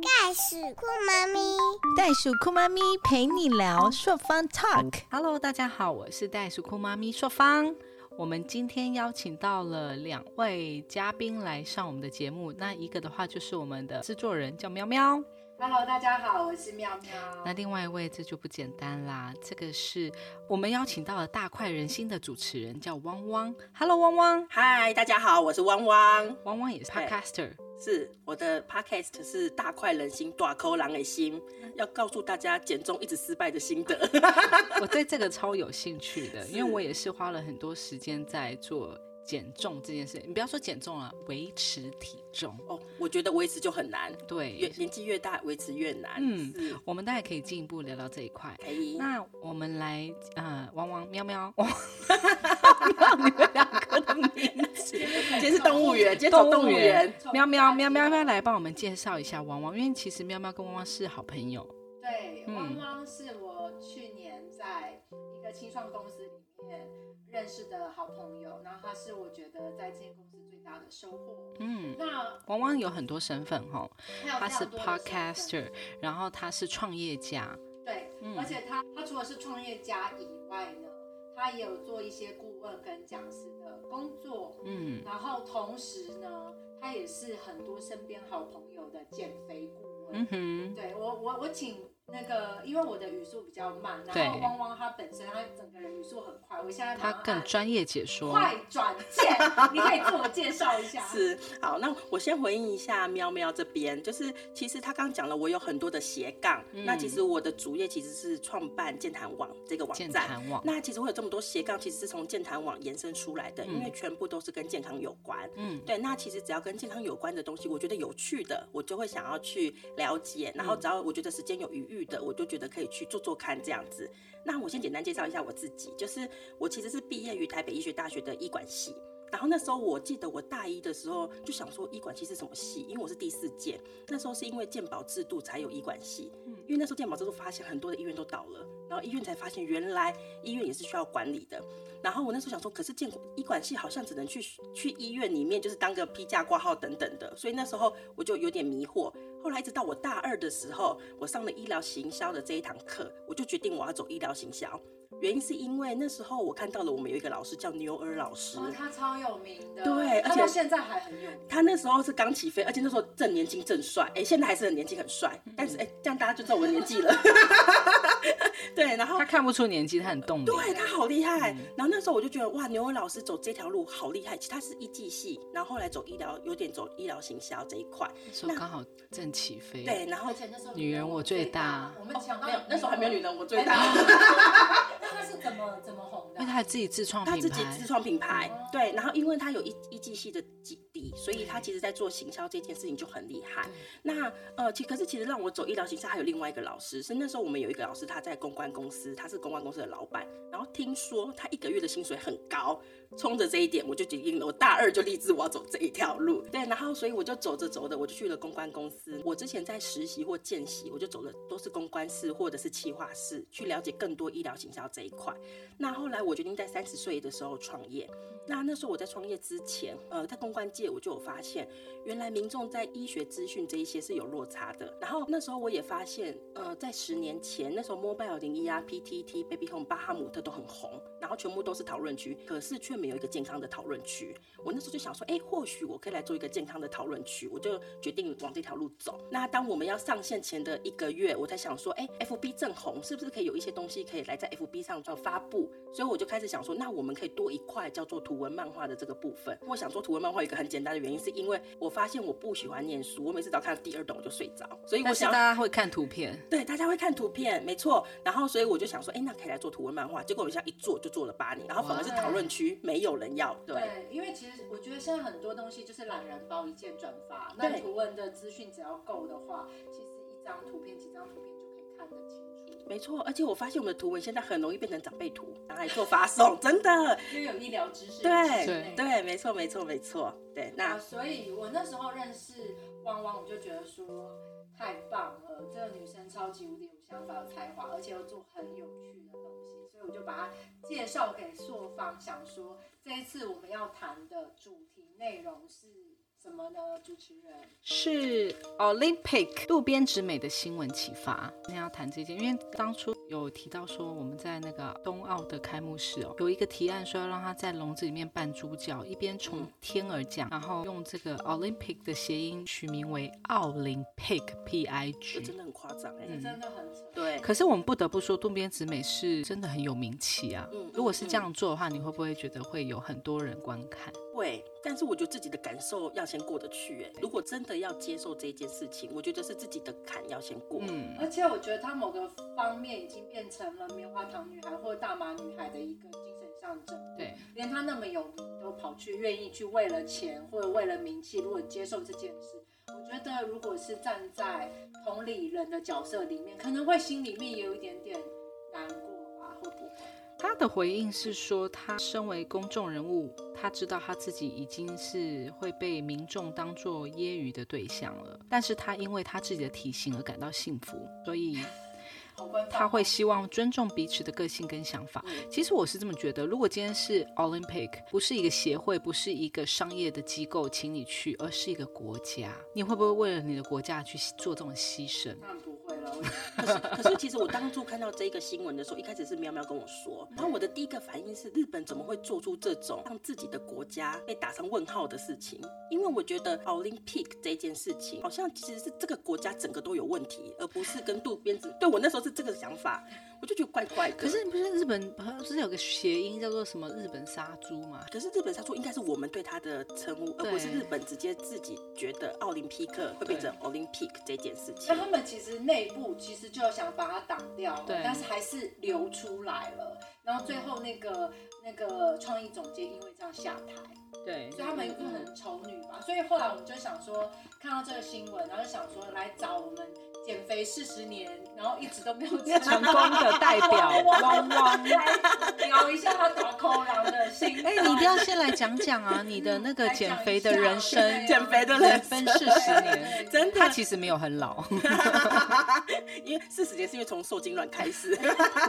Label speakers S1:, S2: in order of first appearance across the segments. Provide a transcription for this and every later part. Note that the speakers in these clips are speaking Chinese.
S1: 袋鼠酷妈咪，
S2: 袋鼠酷妈咪陪你聊硕方 Talk。
S3: Hello，大家好，我是袋鼠酷妈咪硕芳。我们今天邀请到了两位嘉宾来上我们的节目，那一个的话就是我们的制作人叫喵喵，
S4: Hello，大家好，我是妙妙。
S3: 那另外一位这就不简单啦，这个是我们邀请到了大快人心的主持人叫汪汪。Hello，汪汪，
S5: 嗨，大家好，我是汪汪，
S3: 汪汪也是
S5: 嗨
S3: Podcaster。
S5: 是我的 podcast 是大快人心，大抠狼的心，要告诉大家减重一直失败的心得。
S3: 我对这个超有兴趣的，因为我也是花了很多时间在做减重这件事。你不要说减重了，维持体重。
S5: 哦，我觉得维持就很难，越
S3: 对，
S5: 年纪越大维持越难。
S3: 嗯
S5: 是，哎
S3: 我们大概可以进一步聊聊这一块。
S5: 可
S4: 嗯
S5: 以。
S3: 那我们来，呃，汪汪喵喵，汪汪你们两个的名字，
S5: 今天是动物园，今天走动物园。，
S3: 喵喵喵喵喵来帮我们介绍一下汪汪，因为其实喵喵跟汪汪是好朋友，
S4: 对，
S3: 嗯
S4: 汪汪是我去年在一个清创公司里面认识的好朋友，然后他是我觉得在这间公司最大的收获。
S3: 嗯。
S4: 那
S3: 汪汪有很多身份哈，
S4: 还有
S3: 他
S4: 哦非
S3: 是
S4: 常多的身份
S3: podcaster，然后他是创业家，
S4: 对，
S3: 嗯
S4: 而且他他除了是创业家以外呢，他也有做一些顾问跟讲师的工作，
S3: 嗯，
S4: 然后同时呢，他也是很多身边好朋友的减肥顾问。
S3: 嗯哼，
S4: 对我，我我请那个，因为我的语速比较慢，
S3: 对
S4: 然后汪汪他本身他整个人语速很快，我现在
S3: 他更
S4: 专
S3: 专业解说，
S4: 啊快转键，你可以自我介绍一下。
S5: 是好，那我先回应一下喵喵这边，就是其实他刚讲了，我有很多的斜杠。
S3: 嗯
S5: 那其实我的主业其实是创办健谈网这个网
S3: 健
S5: 站。
S3: 谈网，
S5: 那其实我有这么多斜杠，其实是从健谈网延伸出来的，因为全部都是跟健康有关。
S3: 嗯，
S5: 对，那其实只要跟健康有关的东西，我觉得有趣的，我就会想要去了解。然后只要我觉得时间有余裕的，我就觉得可以去做做看这样子。那我先简单介绍一下我自己，就是我其实是毕业于台北医学大学的医管系。然后那时候我记得我大一的时候就想说医管系是什么系，因为我是第四届，那时候是因为健保制度才有医管系，因为那时候健保制度发现很多的医院都倒了，然后医院才发现原来医院也是需要管理的。然后我那时候想说，可是健医管系好像只能去去医院里面，就是当个批假挂号等等的，所以那时候我就有点迷惑。后来一直到我大二的时候，我上了医疗行销的这一堂课，我就决定我要走医疗行销。原因是因为那时候我看到了我们有一个老师叫牛儿老师，
S4: 哦，他超有名的，
S5: 对而
S4: 他
S5: 且
S4: 到现在还很有名。
S5: 他那时候是刚起飞，而且那时候正年轻正帅，哎、现在还是很年轻很帅，但是哎、这样大家就知道我的年纪了。 对，然后
S3: 他看不出年纪，他很动力，
S5: 对他好厉害。然后那时候我就觉得哇，牛文老师走这条路好厉害。其实他是一技系，然后后来走医疗，有点走医疗行销这一块。
S3: 那时候刚好正起飞，
S5: 对，然后
S4: 而且那时候
S3: 女人我最大
S4: 我们抢到
S5: 哦没有，那时候还没有女人我最大。
S4: 哎 那他是怎么怎么红
S3: 因
S4: 的啊
S3: 为他？还自己自创
S5: 他
S3: 品
S5: 自己
S3: 牌
S5: 自，创品牌
S4: 哦，
S5: 对，然后因为他有一一技系的基底，所以他其实在做行销这件事情就很厉害
S3: 对。
S5: 那呃，其可是其实让我走医疗行销还有另外一个老师，是那时候我们有一个老师他在公关公司，他是公关公司的老板，然后听说他一个月的薪水很高，冲着这一点我就决定了，我大二就立志我要走这一条路。对，然后所以我就走着走着我就去了公关公司，我之前在实习或见习，我就走了都是公关室或者是企划室，去了解更多医疗行销这一块。那后来我决定在三十岁的时候创业。那那时候我在创业之前，呃，在公关界我就有发现，原来民众在医学资讯这一些是有落差的。然后那时候我也发现，呃，在十年前那时候 Mobile 零一啊、PTT、Baby Home、巴哈姆特都很红，然后全部都是讨论区，可是却没有一个健康的讨论区。我那时候就想说，哎、或许我可以来做一个健康的讨论区，我就决定往这条路走。那当我们要上线前的一个月，我才想说，哎、f b 正红，是不是可以有一些东西可以来在 FB 上呃发布？所以我就开始想说，那我们可以多一块叫做图文漫画的这个部分。我想做图文漫画有一个很简单的原因，是因为我发现我不喜欢念书，我每次只要看第二本我就睡着，所以我
S3: 但是
S5: 想
S3: 大
S5: 要。
S3: 家会看图片，
S5: 对，大家会看图片，没错。然后，所以我就想说，哎，那可以来做图文漫画。结果我像一做就做了八年，然后反而是
S4: 哇
S5: 讨论区没有人要，对。
S4: 对，因为其实我觉得现在很多东西就是懒人包一键转发，那
S5: 对
S4: 图文的资讯只要够的话，其实一张图片、几张图片就可以看得清楚，
S5: 没错，而且我发现我们的图文现在很容易变成长辈图，拿来做发送，真的。
S4: 因为有医疗知识。
S5: 对
S4: 知识内容
S5: 对，没错，没错，没错。对，
S4: 啊，
S5: 那
S4: 所以我那时候认识汪汪，我就觉得说太棒了，这个女生超级无敌有想法、有才华，而且又做很有趣的东西，所以我就把她介绍给硕方，想说这一次我们要谈的主题内容是什么呢？主持人，
S3: 是 Olympic 渡边直美的新闻启发。今天要谈这件，因为当初有提到说我们在那个冬奥的开幕式哦，有一个提案说要让他在笼子里面扮猪叫，一边从
S5: 嗯
S3: 天而降，然后用这个 Olympic 的谐音取名为奥林匹克 P I
S5: 这真
S3: G。
S5: 的很夸张哎。
S4: 这真的很扯。
S5: 对，
S3: 可是我们不得不说，渡边直美是真的很有名气啊。
S5: 嗯
S3: 如果是这
S5: 嗯
S3: 样做的话，你会不会觉得会有很多人观看？
S5: 会，但是我觉得自己的感受要先过得去哎。如果真的要接受这件事情，我觉得是自己的坎要先过。
S3: 嗯，
S4: 而且我觉得她某个方面已经变成了棉花糖女孩或者大麻女孩的一个精神象征。
S3: 对。
S4: 连她那么有名都跑去愿意去为了钱或者为了名气，如果接受这件事，我觉得如果是站在同理人的角色里面，可能会心里面也有一点点难过吧，会不会？
S3: 他的回应是说，他身为公众人物，他知道他自己已经是会被民众当作揶揄的对象了，但是他因为他自己的体型而感到幸福，所以
S4: 好官方
S3: 他会希望尊重彼此的个性跟想法。其实我是这么觉得，如果今天是 Olympic，不是一个协会，不是一个商业的机构请你去，而是一个国家，你会不会为了你的国家去做这种牺牲？
S4: 当然不会了，我
S5: 可是，可是其实我当初看到这个新闻的时候，一开始是喵喵跟我说，
S3: 嗯
S5: 然后我的第一个反应是，日本怎么会做出这种让自己的国家被打上问号的事情？因为我觉得奥林匹克这件事情，好像其实是这个国家整个都有问题，而不是跟渡边直。对我那时候是这个想法，我就觉得怪怪的。
S3: 可是，不是日本好像不是有个谐音叫做什么日本杀猪吗？
S5: 可是日本杀猪应该是我们对它的称呼，而
S3: 对
S5: 不是日本直接自己觉得奥林匹克会变成奥林匹克这件事情
S4: 那。他们其实内部其实就想把它挡掉了，
S3: 对
S4: 但是还是流出来了。然后最后那个那个创意总监因为这样下台，
S3: 对
S4: 所以他们不
S5: 嗯
S4: 能丑女嘛。所以后来我们就想说，看到这个新闻，然后就想说来找我们减肥四十年，然后一直都没有成
S3: 成功的代表汪汪。
S4: 来聊一下他打扣狼的心态。
S3: 哎、你一定要先来讲讲啊，你的 那个减肥的人生，
S5: 减肥的人
S3: 人
S5: 生
S3: 分四十
S4: 对
S3: 年，
S5: 真的
S3: 他其实没有很老，
S5: 因为四十年是因为从受精卵开始，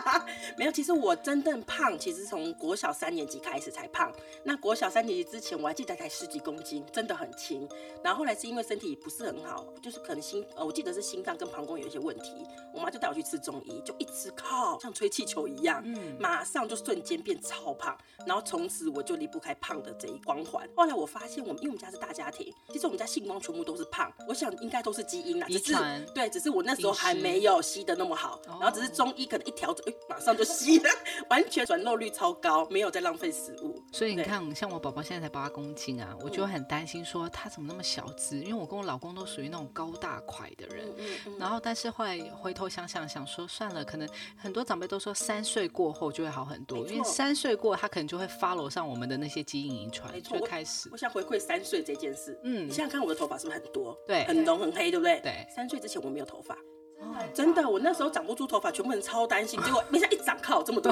S5: 没有。其实我真正胖，其实从国小三年级开始才胖。那国小三年级之前，我还记得才十几公斤，真的很轻。然后后来是因为身体不是很好，就是可能心呃，我记得是心脏跟膀胱有一些问题，我妈就带我去吃中医，就一直靠像吹气球一样，
S3: 嗯
S5: 马上就瞬间变超胖。然后从此我就离不开胖的这一光环。后来我发现我们，因为我们家是大家庭，其实我们家姓汪全部都是胖，我想应该都是基因啦，
S3: 遗
S5: 只是
S3: 传
S5: 对，只是我那时候还
S3: 饮食
S5: 没有。没有吸的那么好，
S3: 哦
S5: 然后只是中医可能一调整，哎、马上就吸了， 完全转肉率超高，没有在浪费食物。
S3: 所以你
S5: 对，嗯
S3: 看，像我宝宝现在才八公斤啊，我就很担心说他怎么那么小只，因为我跟我老公都属于那种高大块的
S5: 嗯
S3: 人。然后，但是后来回头想想，想说算了，可能很多长辈都说三岁过后就会好很多，
S5: 没错
S3: 因为三岁过他可能就会 follow 上我们的那些基因遗传
S5: 没，错
S3: 就开始
S5: 我想回馈三岁这件事，
S3: 嗯
S5: 嗯，你想想看我的头发是不是很多，
S3: 对
S5: 很浓很黑，对不对？
S3: 对
S5: 三岁之前我没有头发，
S4: 还
S5: 真的，我那时候长不出头发，全部人超担 心，结果没想到一长靠这么多，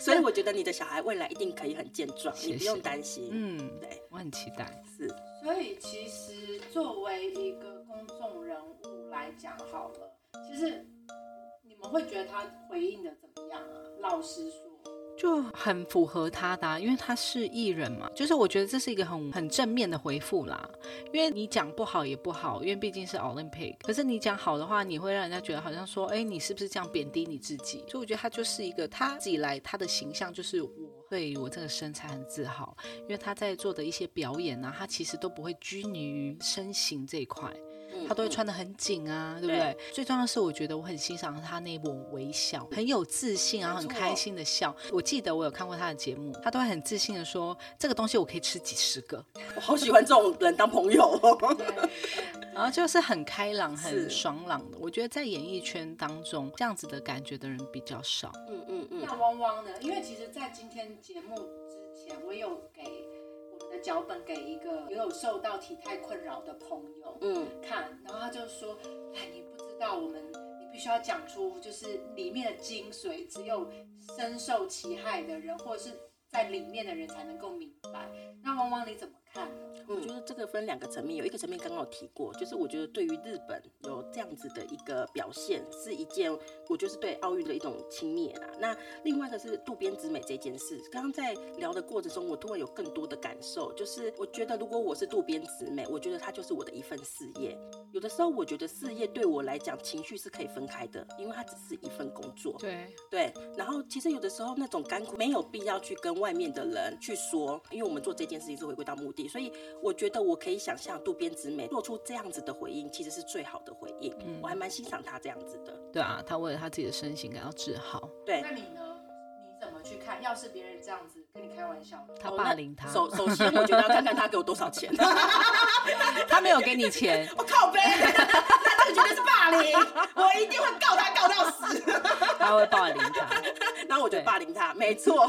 S5: 所以我觉得你的小孩未来一定可以很健壮，
S3: 谢谢
S5: 你不用担心。嗯，
S3: 嗯，
S5: 对，
S3: 我很期待。
S5: 是，
S4: 所以其实作为一个公众人物来讲好了，其实你们会觉得他回应的怎么样啊？老实说，
S3: 就很符合他的啊、因为他是艺人嘛，就是我觉得这是一个很很正面的回复啦。因为你讲不好也不好，因为毕竟是 Olympic，可是你讲好的话，你会让人家觉得好像说，哎，你是不是这样贬低你自己？所以我觉得他就是一个他自己来他的形象就是我对于我这个身材很自豪，因为他在做的一些表演啊，他其实都不会拘泥于身形这一块。
S5: 嗯
S3: 他都会穿得很紧啊，对不对？最重要的是，我觉得我很欣赏他那一抹微笑，很有自信，啊然后很
S5: 没错
S3: 开心的笑。我记得我有看过他的节目，他都会很自信的说，这个东西我可以吃几十个，
S5: 我好喜欢这种人当朋友、 哦。
S4: 对，对
S3: 然后就是很开朗、很
S5: 是
S3: 爽朗的。我觉得在演艺圈当中，这样子的感觉的人比较少。
S5: 嗯嗯嗯，
S4: 那汪汪呢？因为其实，在今天节目之前，我有给我们的脚本给一个也有受到体态困扰的朋友
S5: 嗯，
S4: 看，然后他就说：“哎，你不知道我们。”你必须要讲出，就是里面的精髓，只有深受其害的人，或者是在里面的人才能够明白。那汪汪你怎么看？看了。
S5: 我觉得这个分两个层面，有一个层面刚刚有提过，就是我觉得对于日本有这样子的一个表现，是一件我就是对奥运的一种轻蔑啦。那另外一个是渡边直美这件事，刚刚在聊的过程中，我突然有更多的感受，就是我觉得如果我是渡边直美，我觉得她就是我的一份事业。有的时候我觉得事业对我来讲，情绪是可以分开的，因为它只是一份工作。
S3: 对，
S5: 对，然后其实有的时候那种甘苦没有必要去跟外面的人去说，因为我们做这件事情是回归到目的，所以我觉得我可以想象渡边直美做出这样子的回应，其实是最好的回应，
S3: 嗯
S5: 我还蛮欣赏她这样子的。
S3: 对啊，他为了他自己的身形感到自豪，
S5: 对
S4: 那，你呢？你怎么去看？要是别人这样子跟你开玩笑，
S3: 他
S5: 哦
S3: 霸
S5: 那
S3: 凌他，
S5: 首首先我觉得要看看他给我多少钱，
S3: 他没有给你钱，
S5: 我靠呗，那这个绝对是霸凌，我一定会告他告到死。
S3: 他会霸凌他。
S5: 然后我就
S3: 对
S5: 霸凌他，没 错，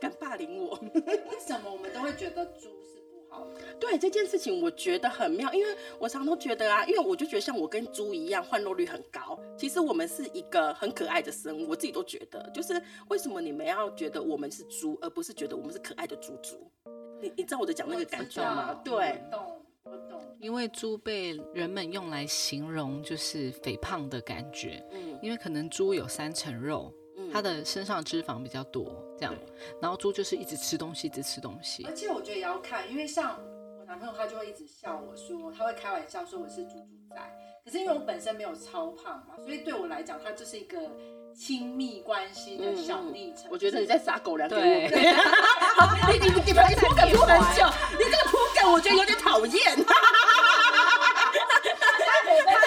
S5: 敢霸凌我。
S4: 为什么我们都会觉得猪是不好的？
S5: 对这件事情，我觉得很妙，因为我常都觉得啊，因为我就觉得像我跟猪一样，换肉率很高。其实我们是一个很可爱的生物，我自己都觉得，就是为什么你们要觉得我们是猪，而不是觉得我们是可爱的猪猪？你你知道我在讲那个感觉
S4: 我
S5: 吗
S4: 知道？
S5: 对，
S4: 我懂，我懂。
S3: 因为猪被人们用来形容就是肥胖的感觉，
S5: 嗯
S3: 因为可能猪有三层肉，
S5: 嗯
S3: 它的身上脂肪比较多，这样，然后猪就是一直吃东西，一直吃东西
S4: 而，且我觉得也要看，因为像我男朋友他就会一直笑我说，他会开玩笑说我是猪猪仔，可是因为我本身没有超胖嘛，所以对我来讲，它就是一个亲密关系的小昵称、
S5: 嗯我觉得你在撒狗粮给我。
S3: 对
S5: 好你你你你铺梗铺很久， 你这个铺梗我觉得有点讨厌，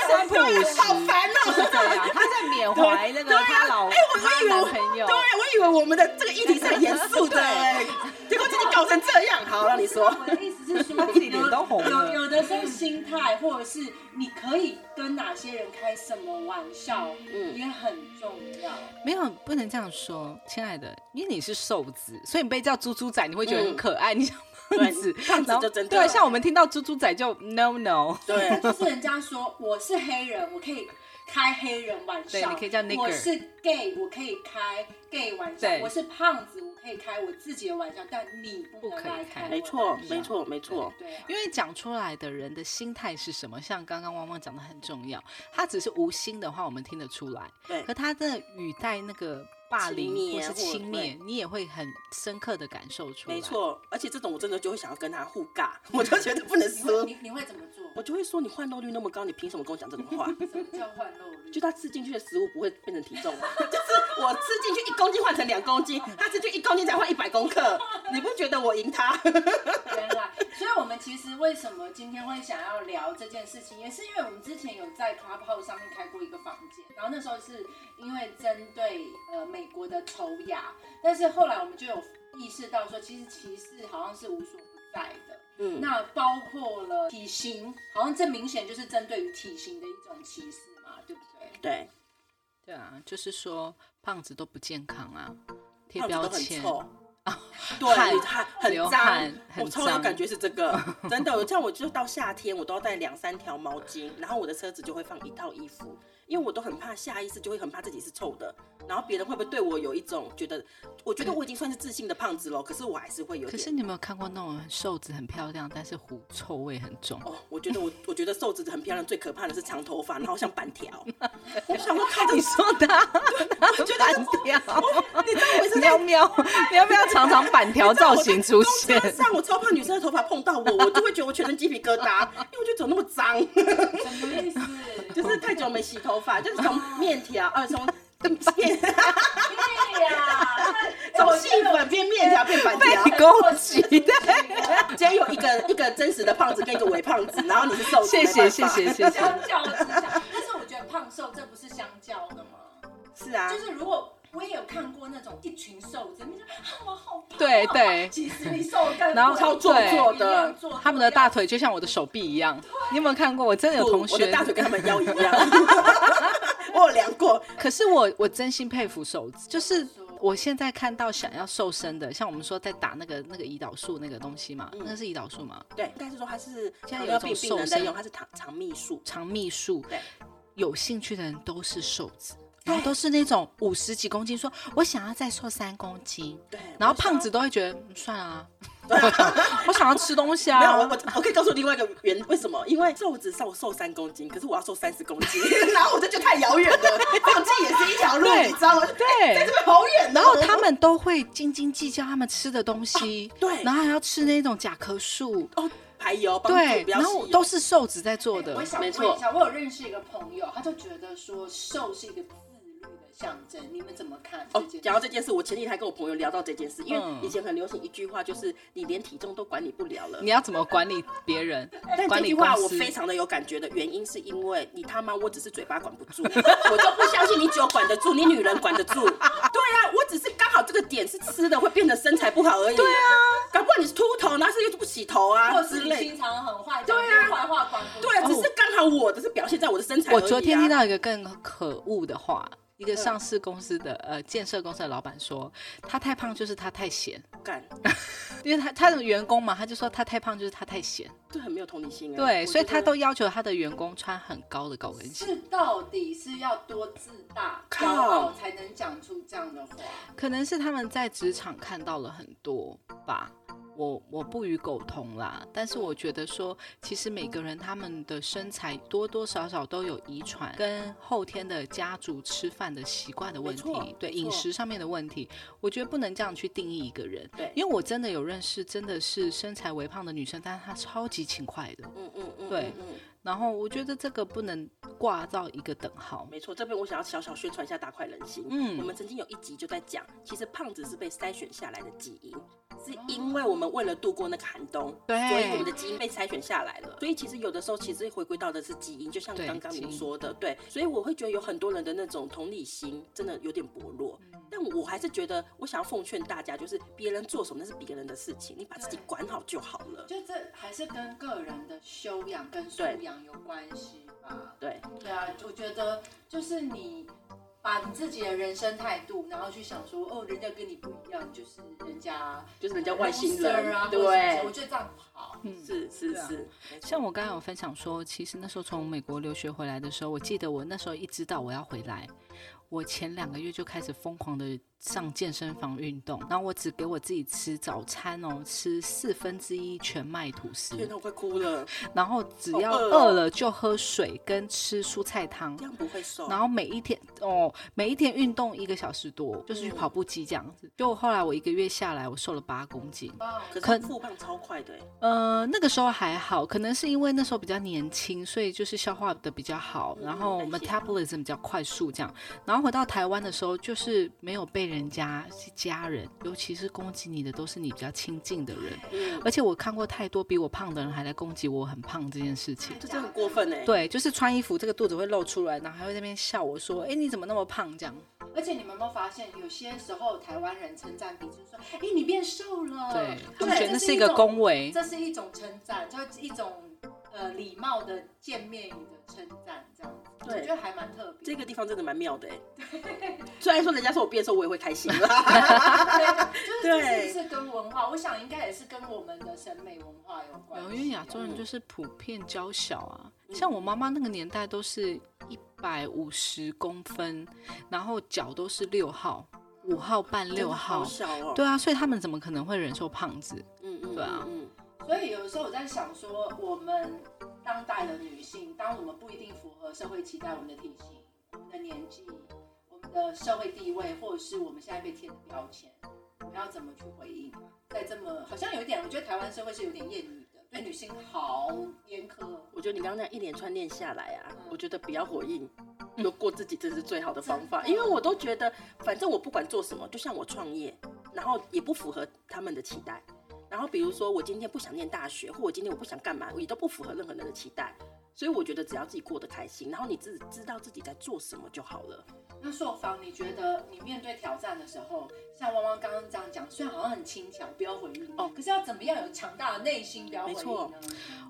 S3: 三不五十
S5: 好烦哦、
S3: 就是这 样。他在
S5: 啊
S3: 缅怀那个他老他
S5: 以为
S3: 男
S5: 我
S3: 朋友
S5: 对，，我以为我们的这个议题是很严肃的、哎，结果自己搞成这样。好，让你 说。
S4: 啊我的意思 是说，
S3: 自己脸都红了
S4: 有有的时候心态，或者是你可以跟哪些人开什么玩笑，
S5: 嗯
S4: 也很重要。
S3: 没有不能这样说，亲爱的，因为你是瘦子，所以你被叫猪猪仔，你会觉得很可爱，你想胖子
S5: 对，胖子
S3: 然后
S5: 就真的
S3: 对，像我们听到猪猪仔就 no no，
S5: 对
S4: 那就是人家说我是黑人，我可以开黑人玩笑，
S3: 对你可以叫 nigger
S4: 我是 gay，我可以开 gay 玩笑
S3: 对，
S4: 我是胖子，我可以开我自己的玩笑，但你不
S3: 不
S4: 能
S3: 可以
S4: 来
S3: 开
S4: 开我的玩笑。
S5: 没错，没错，没错。
S4: 对啊，
S3: 因为讲出来的人的心态是什么，像刚刚汪汪讲的很重要，他只是无心的话，我们听得出来，
S5: 对
S3: 可他的语带那个霸凌
S5: 轻
S3: 或
S5: 蔑
S3: 是
S5: 或
S3: 轻蔑，你也会很深刻的感受出来。
S5: 没，错，而且这种我真的就会想要跟他互尬，我就觉得不能
S4: 你 会
S5: 输，
S4: 你你会怎么做？
S5: 我就会说你换肉率那么高，你凭什么跟我讲这种话？
S4: 什么叫换肉率？
S5: 就他吃进去的食物不会变成体重啊，就是我吃进去一公斤换成两公斤，他吃进去一公斤才换一百公克，你不觉得我赢他？
S4: 原来，所以我们其实为什么今天会想要聊这件事情，也是因为我们之前有在 Clubhouse 上面开过一个房间，然后那时候是因为针对呃美国的丑雅，但是后来我们就有意识到说，其实歧视好像是无所不在的。
S5: 嗯，
S4: 那包括了体型，好像这明显就是针对于体型的一种歧视嘛，对不对？
S5: 对，
S3: 对啊，就是说胖子都不健康啊，贴
S5: 胖子
S3: 标
S5: 都很
S3: 签。啊
S5: 臭。
S3: 汗
S5: 对，汗
S3: 流
S5: 很
S3: 汗
S5: 脏，
S3: 很
S5: 我超有
S3: 脏
S5: 感觉是这个， 真的。像我就到夏天，我都要带两三条毛巾，然后我的车子就会放一套衣服，因为我都很怕下意识就会很怕自己是臭的，然后别人会不会对我有一种觉得，我觉得我已经算是自信的胖子了，可是我还是会有
S3: 可是
S5: 点。
S3: 你有没有看过那种很瘦子很漂亮，但是狐臭味很重？
S5: 哦，我觉得我，我觉得瘦子很漂亮，最可怕的是长头发，然后像 板条。我想说，看
S3: 你
S5: 你，
S3: 说他
S5: 我觉得
S3: 板条，
S5: 你知道我是在
S3: 喵喵，喵喵常常板条造型出现
S5: 公。车上，我超怕女生的头发碰到我，我就会觉得我全身鸡皮疙瘩，因为我觉得怎么那么脏。
S4: 什么意思？
S5: 就是太久没洗头发，就是从面条，呃，从面
S4: 对呀，
S5: 从细粉变面条变板条
S3: 被。攻击的，
S5: 今天有一个一个真实的胖子跟一个伪胖子，然后你是瘦子，
S3: 谢谢
S5: 没办法
S3: 谢谢。谢谢。
S4: 相较之下，但是我觉得胖瘦这不是相较的吗？
S5: 是啊
S4: 就，是如果我也有看过那种一群瘦子，你就啊我好胖，
S3: 对
S4: 我好胖
S3: 对
S4: 其实你瘦 更
S3: 然后
S4: 多
S5: 超做
S4: 一
S5: 作
S4: 样
S5: 的
S4: 做作
S3: 他们的大
S4: 一样
S3: 腿就像我的手臂一样，你有没有看过？我真的有
S5: 不
S3: 同
S5: 我的
S3: 学，
S5: 大腿跟他们腰一样。我有量过，
S3: 可是我我真心佩服手指，就是我现在看到想要瘦身的，像我们说在打那个那个胰岛素那个东西嘛，
S5: 嗯
S3: 那是胰岛素嘛，
S5: 对，应该是说他是
S3: 现在有
S5: 糖
S3: 一
S5: 尿病
S3: 种
S5: 病人在
S3: 瘦身
S5: 用，他是糖肠泌素。
S3: 肠泌素，
S5: 对，
S3: 有兴趣的人都是瘦子，然后都是那种五十几公斤，说我想要再瘦三公斤，
S5: 对，
S3: 然后
S5: 我想
S3: 胖子都会觉得嗯算了、 啊，我想我想要吃东西
S5: 没有，我
S3: 啊。
S5: 我我可以告诉另外一个原为什么？因为瘦子瘦瘦三公斤，可是我要瘦三十公斤， 然后我就觉得太遥远 了，放弃也是一条路，
S3: 对
S5: 你知道吗？
S3: 对
S5: 在这边好远哦。
S3: 然后他们都会斤斤计较他们吃的东西，
S4: 啊
S5: 对
S3: 然后还要吃那种甲壳素，
S5: 哦排油，帮助
S3: 对，
S5: 不要
S3: 然
S5: 吸
S3: 后
S5: 油
S3: 都是瘦子在做的
S4: 我，想问
S5: 没
S4: 一
S5: 错
S4: 下，我有认识一个朋友，他就觉得说瘦是一个自律的象征，你们怎么看这
S5: 哦
S4: 件，事？
S5: 讲到这件事，我前几天还跟我朋友聊到这件事，因
S3: 嗯
S5: 为以前很流行一句话，就是你连体重都管理不了了
S3: 你。要怎么管理别人？
S5: 但
S3: 管
S5: 这
S3: 理
S5: 句
S3: 公
S5: 话我
S3: 司
S5: 非常的有感觉的原因，是因为你他妈我只是嘴巴管不住，我就不相信你酒管得住，你女人管得住。对啊，我只是刚好这个点是吃的会变得身材不好而已。对啊，搞不好你是秃头，然后是又不洗头啊
S4: 或
S5: 之
S4: 是你
S5: 类的。
S4: 心肠很坏，
S5: 对啊
S4: 讲些坏话管不住
S5: 对啊，只
S3: 哦
S5: 是刚好我的是表现在我的身材而已
S3: 我
S5: 啊。
S3: 昨天听到一个更可恶的话，
S5: 嗯
S3: 一个上市公司的呃建设公司的老板说，他太胖就是他太闲，
S5: 干，
S3: 因为他他的员工嘛，他就说他太胖就是他太闲，
S5: 这很没有同理心啊。
S3: 对，
S5: 我
S3: 所以
S5: 觉
S3: 他
S5: 得
S3: 都要求他的员工穿很高的高跟鞋。
S4: 是到底是要多自大、
S5: 靠
S4: 骄傲才能讲出这样的话？
S3: 可能是他们在职场看到了很多吧。我我不予苟同啦，但是我觉得说，其实每个人他们的身材多多少少都有遗传跟后天的家族吃饭的习惯的问
S5: 没错
S3: 题，对
S5: 没错
S3: 饮食上面的问题，我觉得不能这样去定义一个人。
S5: 对
S3: 因为我真的有认识，真的是身材微胖的女生，但是她超级勤快的。
S5: 嗯嗯嗯，
S3: 对
S5: 嗯嗯
S3: 然后我觉得这个不能挂到一个等号。
S5: 没错，这边我想要小小宣传一下大快人心。
S3: 嗯
S5: 嗯，我们曾经有一集就在讲，其实胖子是被筛选下来的基因，是因为我们为了度过那个寒冬，
S3: 对
S5: 所以我们的基因被筛选下来了。所以其实有的时候其实回归到的是基因，就像
S3: 对
S5: 刚刚
S3: 基
S5: 您
S3: 因
S5: 说的，对。所以我会觉得有很多人的那种同理心真的有点薄弱。
S3: 嗯
S5: 但我还是觉得，我想要奉劝大家，就是别人做什么那是别人的事情，你把自己
S4: 对
S5: 管好就好了。
S4: 就这还是跟个人的修养跟素养有关系吧。
S5: 对，
S4: 对啊，我觉得就是你把你自己的人生态度，然后去想说，哦，人家跟你不一样，就是人家
S5: 就是人家外星
S4: loser
S5: 人，
S4: 啊，或者什么
S5: 对
S4: 我，觉得这样不好。
S5: 是是
S3: 对啊
S5: 是，没错
S3: 像我刚刚有分享说，其实那时候从美国留学回来的时候，我记得我那时候一知道我要回来，我前两个月就开始疯狂的上健身房运动，然后我只给我自己吃早餐哦，吃四分之一全麦吐司，
S5: 天哪，我快哭了。
S3: 然后只要
S5: 好饿哦
S3: 饿了就喝水跟吃蔬菜汤
S5: 这。样不会瘦。
S3: 然后每一天哦，每一天运动一个小时多，就是去
S5: 嗯
S3: 跑步机这样子。就后来我一个月下来，我瘦了八公斤。
S4: 哇
S5: 可
S3: 可
S5: 是复胖超快的欸、
S3: 呃，那个时候还好，可能是因为那时候比较年轻，所以就是消化的比较好，然后
S5: 代谢
S3: metabolism 比较快速这样。然后回到台湾的时候，就是没有被人家是家人，尤其是攻击你的都是你比较亲近的人。
S5: 嗯，
S3: 而且我看过太多比我胖的人还来攻击我很胖这件事情。
S5: 这真的很过分哎、欸。，
S3: 对，就是穿衣服这个肚子会露出来，然后还会在那边笑我说：“哎，你怎么那么胖？”这样。
S4: 而且你们有没有发现，有些时候台湾人称赞彼此说：“哎、你变瘦了。”
S3: 对，他们觉得那
S4: 哦这
S3: 是一
S4: 一
S3: 个
S4: 种，
S3: 恭维。
S4: 这是一种称赞，就是一种呃礼貌的见面语的称赞，这样子，
S5: 对
S4: 我觉得还蛮特别。
S5: 这个地方真的蛮妙的 哎、虽然说人家说我变瘦，我也会开心啦。
S4: 对，就是这是
S5: 对
S4: 不是跟文化，我想应该也是跟我们的审美文化有关
S3: 有，
S4: 系。啊
S3: 因为亚洲人就是普遍娇小啊，像我妈妈那个年代都是一百五十公分，然后脚都是六号、五号半、六
S5: 好
S3: 号。
S5: 小哦、
S3: 对啊，所以他们怎么可能会忍受胖子？
S5: 嗯，嗯嗯
S3: 对啊
S5: 嗯，
S4: 所以有时候我在想说，我们当代的女性，当我们不一定符合社会期待，我们的体型、我们的年纪、我们的社会地位，或者是我们现在被贴的标签，我们要怎么去回应啊？在这么好像有一点，我觉得台湾社会是有点厌女的，对女性好严苛。哦
S5: 我觉得你刚刚那样一连串念下来啊，
S4: 嗯
S5: 我觉得不要回应。就过自己，这是最好的方法，
S4: 真的
S5: 因为我都觉得，反正我不管做什么，就像我创业，然后也不符合他们的期待。然后比如说，我今天不想念大学，或我今天我不想干嘛，我也都不符合任何人的期待。所以我觉得，只要自己过得开心，然后你自己知道自己在做什么就好了。
S4: 那硕芳，你觉得你面对挑战的时候，像汪汪刚刚这样讲，虽然好像很轻巧，不要回应哦
S5: 哦，
S4: 可是要怎么样有强大的内心，不要回
S5: 没
S4: 应
S5: 错
S4: 呢？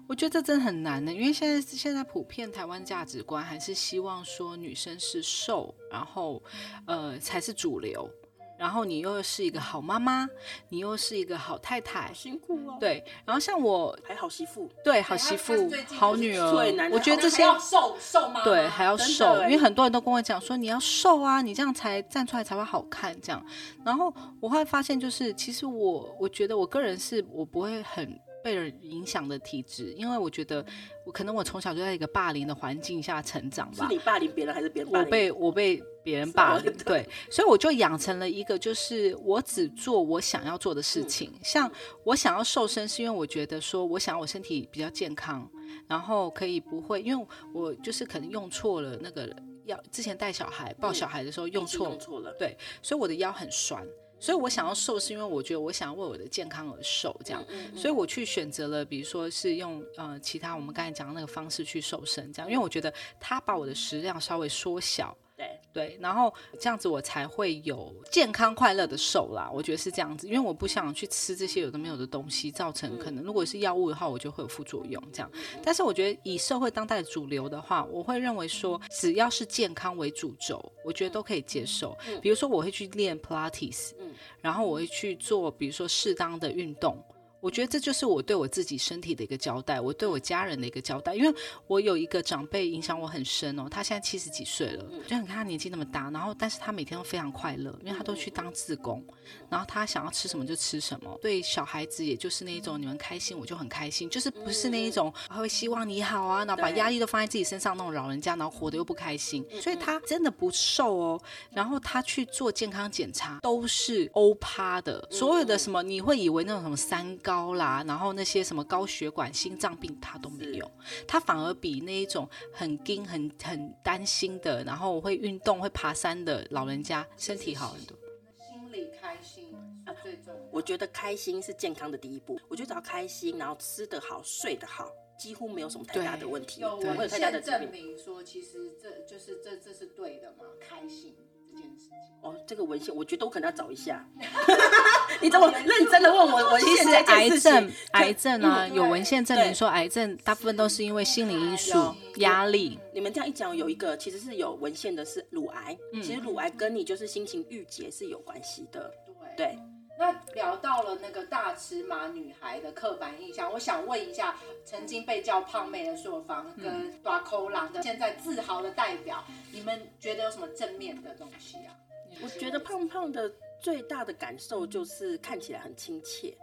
S3: 我觉得这真的很难的，因为现在现在普遍台湾价值观还是希望说女生是瘦，然后呃才是主流。然后你又是一个好妈妈，你又是一个好太太
S5: 好，辛苦哦。，
S3: 对。然后像我
S5: 还好媳妇，
S3: 对好媳
S4: 哎她
S3: 妇
S4: 最近、就是
S3: 好女儿
S5: 最难，的
S3: 我觉得这
S4: 还
S3: 些
S4: 要瘦瘦吗？
S3: 对，还要
S5: 真的
S3: 瘦，因
S5: 欸
S3: 为很多人都跟我讲说你要瘦啊，你这样才站出来才会好看这样。然后我会发现，就是其实我我觉得我个人是我不会很被人影响的体质，因为我觉得我可能我从小就在一个霸凌的环境下成长
S5: 是
S3: 吧。
S5: 你霸凌别人还是别人霸
S3: 我
S5: 凌你？
S3: 被我被别人
S5: 是
S3: 霸
S5: 我
S3: 凌，
S5: 的
S3: 对，所以我就养成了一个，就是我只做我想要做的事
S5: 嗯
S3: 情。像我想要瘦身，是因为我觉得说我想要我身体比较健康，然后可以不会，因为我就是可能用错了那个药，之前带小孩抱
S5: 嗯
S3: 小孩的时候
S5: 用
S3: 用错，
S5: 用错了，
S3: 所以我的腰很酸。所以我想要瘦，是因为我觉得我想要为我的健康而瘦，这样。
S5: 嗯，
S3: 所以
S5: 以
S3: 我去选择了，比如说是用呃其他我们刚才讲的那个方式去瘦身，这样，因为我觉得它把我的食量稍微缩小，
S5: 对，
S3: 对，然后这样子我才会有健康快乐的瘦啦。我觉得是这样子，因为我不想去吃这些有的没有的东西，造成可
S4: 嗯
S3: 能如果是药物的话，我就会有副作用这样。但是我觉得以社会当代主流的话，我会认为说，
S4: 嗯
S3: 只要是健康为主轴，我觉得都可以接受。比如说我会去练 Pilates，
S5: 嗯
S3: 然后我会去做比如说适当的运动。我觉得这就是我对我自己身体的一个交代，我对我家人的一个交代，因为我有一个长辈影响我很深哦，他现在七十几岁了，就你看他年纪那么大，然后但是他每天都非常快乐，因为他都去当志工，然后他想要吃什么就吃什么，对小孩子也就是那一种你们开心我就很开心，就是不是那一种他会希望你好啊，然后把
S5: 对
S3: 压力都放在自己身上那种老人家，然后活得又不开心，所以他真的不瘦哦，然后他去做健康检查都是欧趴的，所有的什么你会以为那种什么三高啦，然后那些什么高血管、心脏病他都没有。他反而比那一种很惊、很很担心的，然后会运动、会爬山的老人家身体好很多。
S4: 心里开心是最重要的。
S5: 我觉得开心是健康的第一步。我觉得只要开心，然后吃得好，睡得好，几乎没有什么太大的问题。
S4: 有
S3: 对
S5: 我有
S4: 文
S5: 太大的
S4: 献
S5: 疾
S4: 证
S5: 病
S4: 明说，其实这就是这这是对的嘛，开心这件事情。
S5: 哦，这个文献我觉得我可能要找一下。 你等我认真的 问我文
S3: 其
S5: 献
S3: 实
S5: 这件
S3: 癌
S5: 事
S3: 症
S5: 情，，
S3: 癌症啊，
S4: 嗯
S3: 有文献证
S5: 对
S3: 明说，癌症大部分都是因为心理因素
S5: 有、
S3: 压力。
S5: 你们这样一讲，有一个其实是有文献的是乳癌，
S3: 嗯
S5: 其实乳癌跟你就是心情郁结是有关系的。
S4: 对。
S5: 对，
S4: 那聊到了那个大尺码女孩的刻板印象，我想问一下，曾经被叫胖妹的朔方
S5: 嗯
S4: 跟大口狼的现在自豪的代表，你们觉得有什么正面的东西啊？
S5: 我觉得胖胖的最大的感受就是看起来很亲切。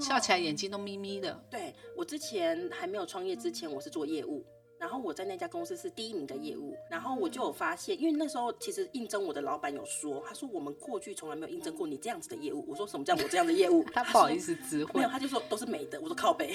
S3: 笑起来眼睛都眯眯的，
S5: 对我之前还没有创业之前，我是做业务。然后我在那家公司是第一名的业务，然后我就有发现，因为那时候其实应征我的老板有说，他说我们过去从来没有应征过你这样子的业务。我说什么叫我这样的业务？
S3: 他不好
S5: 说
S3: 意思指
S5: 没
S3: 挥
S5: 有，。他就说都是美的，我说靠背。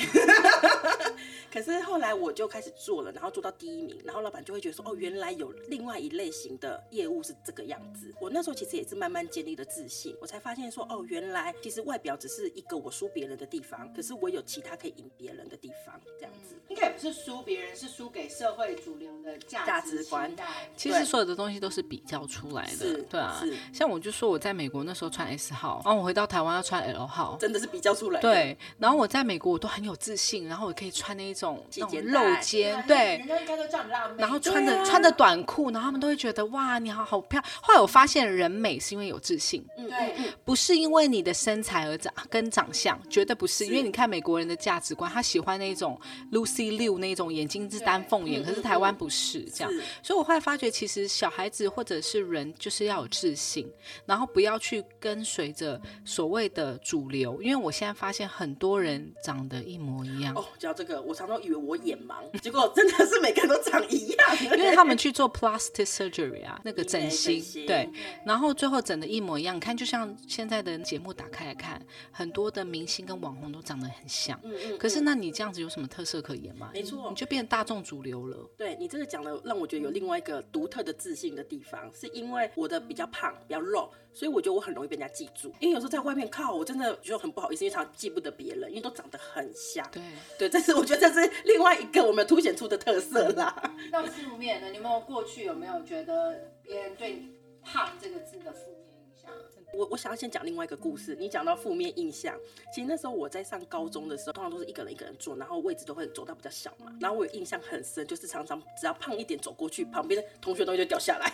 S5: 可是后来我就开始做了，然后做到第一名，然后老板就会觉得说，哦，原来有另外一类型的业务是这个样子。我那时候其实也是慢慢建立了自信，我才发现说，哦，原来其实外表只是一个我输别人的地方，可是我有其他可以赢别人的地方，这样子。
S4: 应该也不是输别人，是输给社会主流的价
S5: 价
S4: 值
S5: 值
S4: 期
S5: 观
S4: 待
S3: 其实
S5: 对
S3: 所有的东西都是比较出来
S5: 是
S3: 的，对啊
S5: 是。
S3: 像我就说我在美国那时候穿 S 号，哦然后我回到台湾要穿 L 号，
S5: 真的是比较出来的，
S3: 对。然后我在美国我都很有自信，然后我可以穿那一种那种
S5: 肩
S3: 露
S5: 带
S3: 肩，
S4: 对
S3: 对
S4: 人，家应该都叫你辣妹，
S3: 然后穿着、
S5: 对啊
S3: 穿着短裤，然后他们都会觉得哇，你好好漂亮。后来我发现人美是因为有自信，
S5: 嗯，嗯
S4: 对，
S3: 不是因为你的身材而长跟长相，绝对不是。因为你看美国人的价值观，他喜欢那种 Lucy Liu 那种眼睛是丹凤眼，
S5: 嗯
S3: 可是
S5: 嗯
S3: 台湾不是这样
S5: 是。
S3: 所以我后来发觉，其实小孩子或者是人就是要有自信，然后不要去跟随着所谓的主流。因为我现在发现很多人长得一模一样。
S5: 哦，讲到这个，我常常以为我眼盲，结果真的是每个人都长一样，
S3: 因为他们去做 plastic surgery 啊，那个整
S5: 医美
S3: 形
S5: 整，形
S3: 对，然后最后整的一模一样。你看，就像现在的节目打开来看，很多的明星跟网红都长得很像。
S5: 嗯嗯
S3: 可是那你这样子有什么特色可言吗？
S5: 没错
S3: 你就变大众主流了。
S5: 对你这个讲的，让我觉得有另外一个独特的自信的地方，是因为我的比较胖，比较肉，所以我觉得我很容易被人家记住。因为有时候在外面靠，我真的觉得很不好意思，因为常常记不得别人，因为都长得很像。
S3: 对，
S5: 对，这是我觉得这是另外一个我们凸显出的特色啦。
S4: 那负面的，你们有过去有没有觉得别人对“胖”这个字的负面影响？
S3: 很
S5: 我我想要先讲另外一个故事。你讲到负面印象，其实那时候我在上高中的时候，通常都是一个人一个人坐，然后位置都会走到比较小嘛。然后我有印象很深，就是常常只要胖一点走过去，旁边的同学东西就掉下来。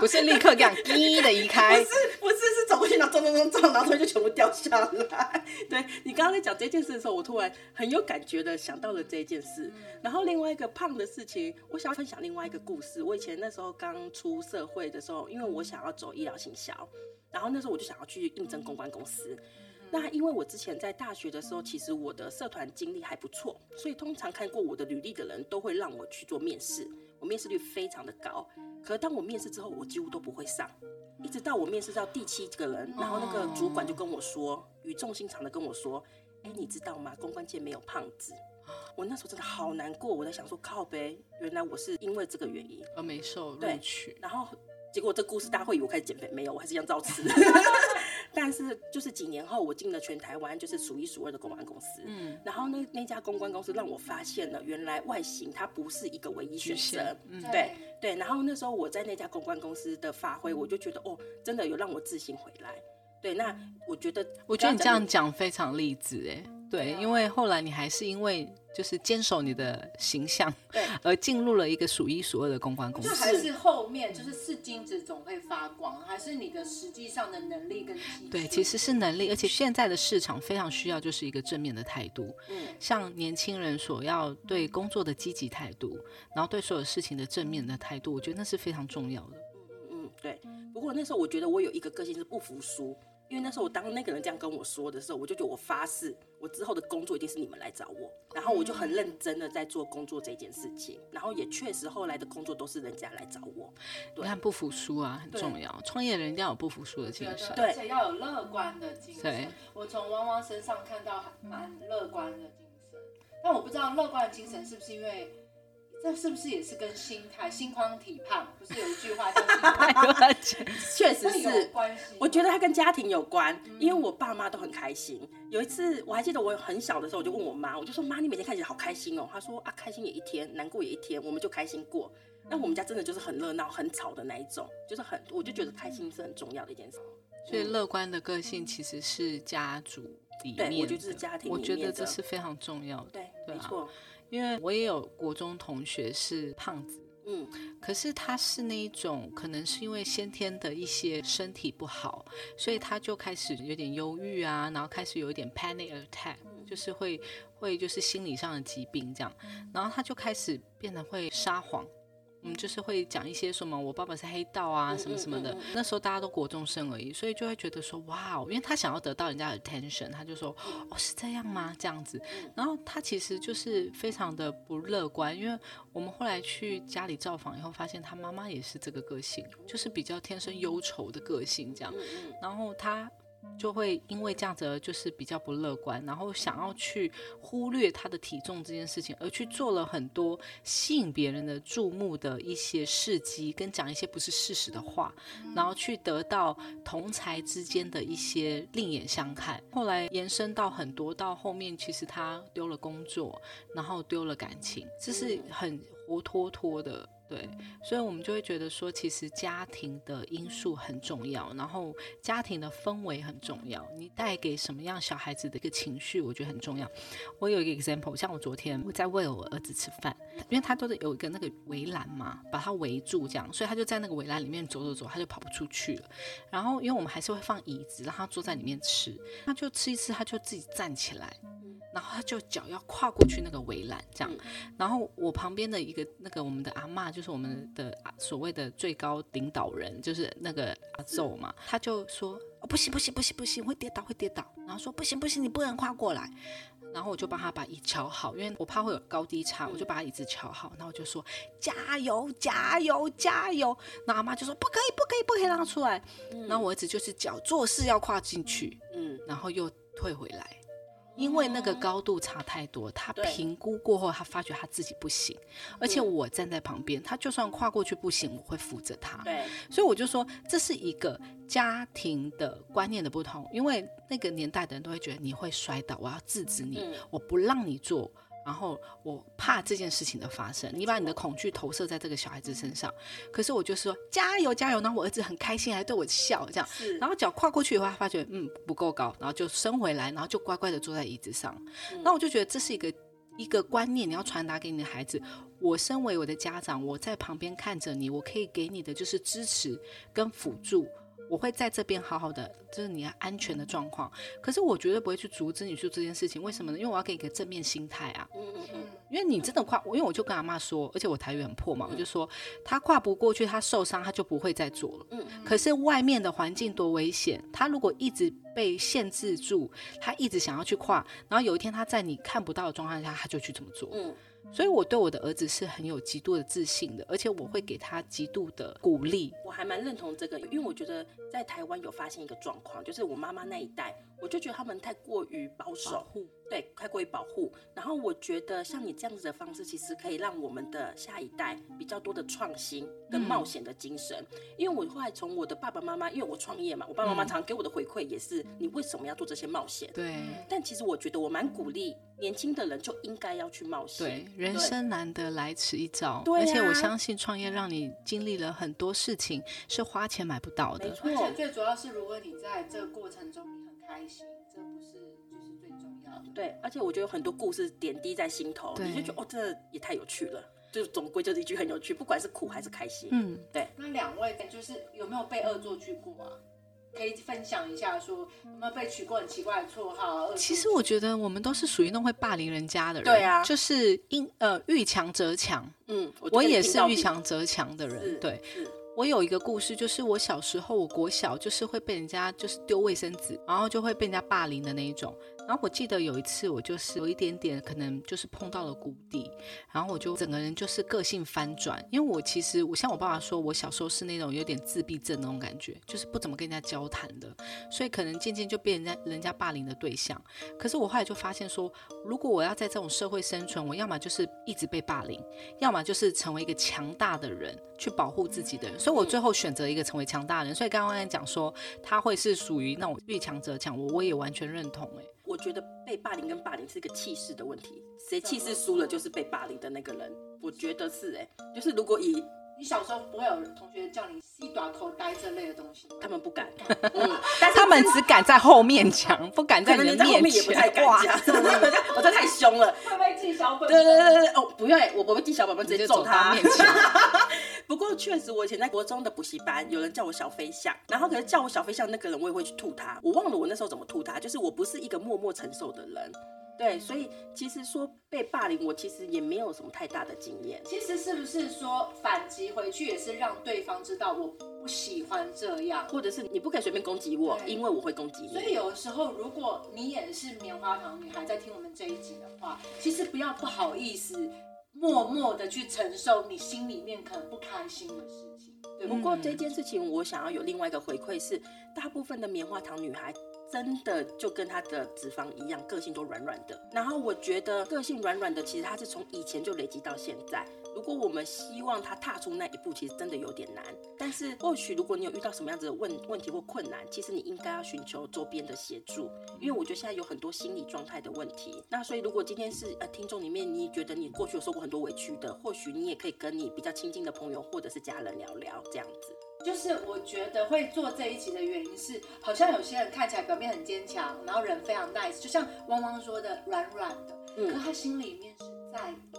S3: 不是立刻这样滴的移 开，
S5: 不是是走过去，然后撞撞撞撞，然后东西就全部掉下来。对你刚刚在讲这件事的时候，我突然很有感觉的想到了这件事。然后另外一个胖的事情，我想要分享另外一个故事。我以前那时候刚出社会的时候，因为我想要走医疗行销，然后那时候我就想要去应征公关公司。那因为我之前在大学的时候，其实我的社团经历还不错，所以通常看过我的履历的人都会让我去做面试，我面试率非常的高。可是当我面试之后，我几乎都不会上，一直到我面试到第七个人，然后那个主
S3: 哦
S5: 管就跟我说，语重心长的跟我说：“哎，你知道吗？公关界没有胖子。”我那时候真的好难过，我在想说靠呗，原来我是因为这个原因。
S3: 而哦没受
S5: 对
S3: 录取。
S5: 然后结果这故事大家会以为我开始减肥，没有，我还是一样照 吃。 但是就是几年后，我进了全台湾就是数一数二的公关公司。
S3: 嗯，
S5: 然后那那家公关公司让我发现了，原来外形它不是一个唯一选
S3: 局
S5: 择
S3: 限。嗯
S5: 对对。然后那时候我在那家公关公司的发挥，我就觉得哦，真的有让我自信回来。对，那我觉得，
S3: 我觉得你这样
S5: 刚刚
S3: 讲非常励志哎，对，
S5: 啊
S3: 因为后来你还是因为就是坚守你的形象，
S5: 对
S3: 而进入了一个数一数二的公关公
S4: 就
S3: 司。
S4: 还是后面就是是金子总会发光，还是你的实际上的能力跟技术
S3: 对，其实是能力，而且现在的市场非常需要就是一个正面的态度，
S5: 嗯
S3: 像年轻人所要对工作的积极态度，然后对所有事情的正面的态度，我觉得那是非常重要的。
S5: 嗯，对。不过那时候我觉得我有一个个性是不服输，因为那时候我当那个人这样跟我说的时候，我就觉得我发誓，我之后的工作一定是你们来找我。然后我就很认真的在做工作这件事情，然后也确实后来的工作都是人家来找我。
S3: 你看不服输啊，很
S5: 对
S3: 重要，创业人一定要有不服输的精
S4: 觉
S3: 神
S4: 得，
S5: 对
S4: 而且要有乐观的精
S3: 对
S4: 神。我从汪汪身上看到还蛮乐观的精神，但我不知道乐观的精神是不是因为。这是不是也是跟心态、心宽体胖？不是有一句话叫心 宽
S3: 哎
S5: 确
S4: 体
S5: 实
S4: 胖有
S5: 是。
S4: 关系吗？
S5: 我觉得它跟家庭有关，因为我爸妈都很开心。有一次我还记得我很小的时候，我就问我妈，我就说妈，你每天看起来好开心哦。她说啊，开心也一天，难过也一天，我们就开心过。那我们家真的就是很热闹、很吵的那一种，就是很，我就觉得开心是很重要的一件事。
S3: 所以乐观的个性其实是家族里
S5: 对
S3: 面
S5: 我
S3: 的，
S5: 觉得这是家庭
S3: 我
S5: 里
S3: 觉
S5: 面
S3: 得这
S5: 的
S3: 是非常重要的，
S5: 嗯对，
S3: 对
S5: 没
S3: 啊
S5: 错，
S3: 因为我也有国中同学是胖子。
S5: 嗯，
S3: 可是他是那一种，可能是因为先天的一些身体不好，所以他就开始有点忧郁啊，然后开始有一点 panic attack，就是
S5: 嗯
S3: 会会就是心理上的疾病这样，
S5: 嗯
S3: 然后他就开始变得会撒谎。嗯，就是会讲一些什么我爸爸是黑道啊，
S5: 嗯
S3: 什么什么的
S5: 嗯嗯。
S3: 那时候大家都国中生而已，所以就会觉得说哇哦，因为他想要得到人家的 attention，他就说
S5: 嗯
S3: 哦是这样吗？这样子。然后他其实就是非常的不乐观，因为我们后来去家里造访以后，发现他妈妈也是这个个性，就是比较天生忧愁的个性这样。然后他就会因为这样子而就是比较不乐观，然后想要去忽略他的体重这件事情，而去做了很多吸引别人的注目的一些事迹，跟讲一些不是事实的话，然后去得到同才之间的一些另眼相看。后来延伸到很多，到后面其实他丢了工作，然后丢了感情，这是很活脱脱的。对，所以我们就会觉得说，其实家庭的因素很重要，然后家庭的氛围很重要，你带给什么样小孩子的一个情绪，我觉得很重要。我有一个 example，像我昨天我在喂我儿子吃饭，因为他都是有一个那个围栏嘛，把他围住这样，所以他就在那个围栏里面走走走，他就跑不出去了。然后因为我们还是会放椅子让他坐在里面吃，他就吃一吃，他就自己站起来。然后他就脚要跨过去那个围栏，这样。然后我旁边的一个那个我们的阿嬷，就是我们的啊所谓的最高领导人，就是那个阿昼嘛，他就说、哦、不行不行不行不行，会跌倒会跌倒。然后说不行不行，你不能跨过来。然后我就帮他把椅瞧好，因为我怕会有高低差，我就把椅子瞧好。然后我就说加油加油加油。那阿妈就说不可以不可以不可以让他出来。然后我儿子就是脚做事要跨进去，
S5: 嗯，
S3: 然后又退回来，因为那个高度差太多。他
S5: 哦对嗯
S3: 评估过后，他发觉他自己不行，而且我站在旁边，他就算跨过去不行，我会扶着他。
S5: 对，
S3: 所以我就说，这是一个家庭的观念的不同，因为那个年代的人都会觉得你会摔倒，我要制止你，
S5: 嗯
S3: 我不让你做。然后我怕这件事情的发生，你把你的恐惧投射在这个小孩子身上，可是我就说加油加油，然后我儿子很开心，还对我笑这样，
S5: 是，
S3: 然后脚跨过去以后，他发觉嗯不够高，然后就伸回来，然后就乖乖的坐在椅子上。
S5: 嗯
S3: 那我就觉得这是一个一个观念，你要传达给你的孩子。我身为我的家长，我在旁边看着你，我可以给你的就是支持跟辅助。我会在这边好好的，就是你的安全的状况。可是我绝对不会去阻止你做这件事情，为什么呢？因为我要给你一个正面心态啊。
S5: 嗯嗯嗯，
S3: 因为你真的跨，我因为我就跟阿妈说，而且我台语很破嘛，我
S5: 嗯
S3: 就说他跨不过去，他受伤，他就不会再做了。
S5: 嗯
S3: 可是外面的环境多危险，他如果一直被限制住，他一直想要去跨，然后有一天他在你看不到的状况下，他就去这么做。
S5: 嗯，
S3: 所以我对我的儿子是很有极度的自信的，而且我会给他极度的鼓励。
S5: 我还蛮认同这个，因为我觉得在台湾有发现一个状况，就是我妈妈那一代，我就觉得他们太过于保守，
S3: 护
S5: 对，太过于保护。然后我觉得像你这样子的方式，其实可以让我们的下一代比较多的创新
S3: 嗯
S5: 跟冒险的精神。因为我后来从我的爸爸妈妈，因为我创业嘛，我爸爸妈妈
S3: 嗯
S5: 常给我的回馈也是，你为什么要做这些冒险？
S3: 对
S5: 但其实我觉得我蛮鼓励年轻的人就应该要去冒险。
S3: 对，人生难得来此一遭，
S5: 对啊
S3: 而且我相信创业让你经历了很多事情是花钱买不到
S5: 没
S3: 的。
S5: 错
S4: 而，且最主要是，如果你在这个过程中你很开心，这不是就是最重要的。
S5: 对，而且我觉得有很多故事点滴在心头，
S3: 对
S5: 你就觉得哦，这也太有趣了。就总归就是一句很有趣，不管是苦还是开心。
S3: 嗯，
S4: 那两位就是有没有被恶作剧过啊？可以分享一下说有没有被取过很奇怪的绰号啊？恶作剧
S3: 其实我觉得我们都是属于那种会霸凌人家的人，
S5: 对啊
S3: 就是因呃遇强则强。
S5: 嗯，我
S3: 我
S5: 就跟你
S3: 也
S5: 拼
S3: 是
S5: 到
S3: 遇
S5: 底
S3: 强则强的
S5: 是
S3: 人，对
S5: 是
S3: 我有一个故事，就是我小时候，我国小就是会被人家就是丢卫生纸，然后就会被人家霸凌的那一种。然后我记得有一次，我就是有一点点可能就是碰到了谷底，然后我就整个人就是个性翻转，因为我其实我像我爸爸说，我小时候是那种有点自闭症那种感觉，就是不怎么跟人家交谈的，所以可能渐渐就变人家人家霸凌的对象。可是我后来就发现说，如果我要在这种社会生存，我要么就是一直被霸凌，要么就是成为一个强大的人去保护自己的人。所以我最后选择一个成为强大的人。所以刚刚讲说他会是属于那种遇强则强，我我也完全认同、欸。
S5: 我觉得被霸凌跟霸凌是一个气势的问题，谁气势输了就是被霸凌的那个人。我觉得是哎、就是如果以
S4: 你小时候不会有同学叫你“西短口呆”这类的东西吗？
S5: 他们 不敢，嗯，但是
S3: 他们只敢在后面讲，不敢
S5: 可
S3: 在
S5: 能
S3: 你
S5: 连
S3: 的
S5: 在后
S3: 面
S5: 面也不太
S3: 前。
S5: 敢
S3: 哇，
S5: 讲，我这太凶了。
S4: 会被记小本
S5: 对对对对对，哦，不用，我我会记小宝宝直
S3: 你
S5: 接
S3: 就
S5: 揍
S3: 走到
S5: 他
S3: 面。前。
S5: 不过确实，我以前在国中的补习班，有人叫我小飞象，然后可是叫我小飞象那个人，我也会去吐他。我忘了我那时候怎么吐他，就是我不是一个默默承受的人。对，所以其实说被霸凌，我其实也没有什么太大的经验。
S4: 其实是不是说反击回去也是让对方知道我不喜欢这样？
S5: 或者是你不可以随便攻击我，
S4: 对
S5: 因为我会攻击
S4: 所以
S5: 你。
S4: 有时候，如果你也是棉花糖女孩，在听我们这一集的话，其实不要不好意思，默默的去承受你心里面可能不开心的事情，对不
S5: 不
S4: 对？
S5: 过这件事情，我想要有另外一个回馈是，大部分的棉花糖女孩真的就跟她的脂肪一样，个性都软软的。然后我觉得个性软软的，其实她是从以前就累积到现在。如果我们希望她踏出那一步，其实真的有点难。但是或许如果你有遇到什么样子的问问题或困难，其实你应该要寻求周边的协助，因为我觉得现在有很多心理状态的问题。那所以如果今天是呃听众里面你觉得你过去有受过很多委屈的，或许你也可以跟你比较亲近的朋友或者是家人聊聊这样子。
S4: 就是我觉得会做这一集的原因是，好像有些人看起来表面很坚强，然后人非常 nice，就像汪汪说的软软的，可
S5: 嗯
S4: 他心里面是在意的。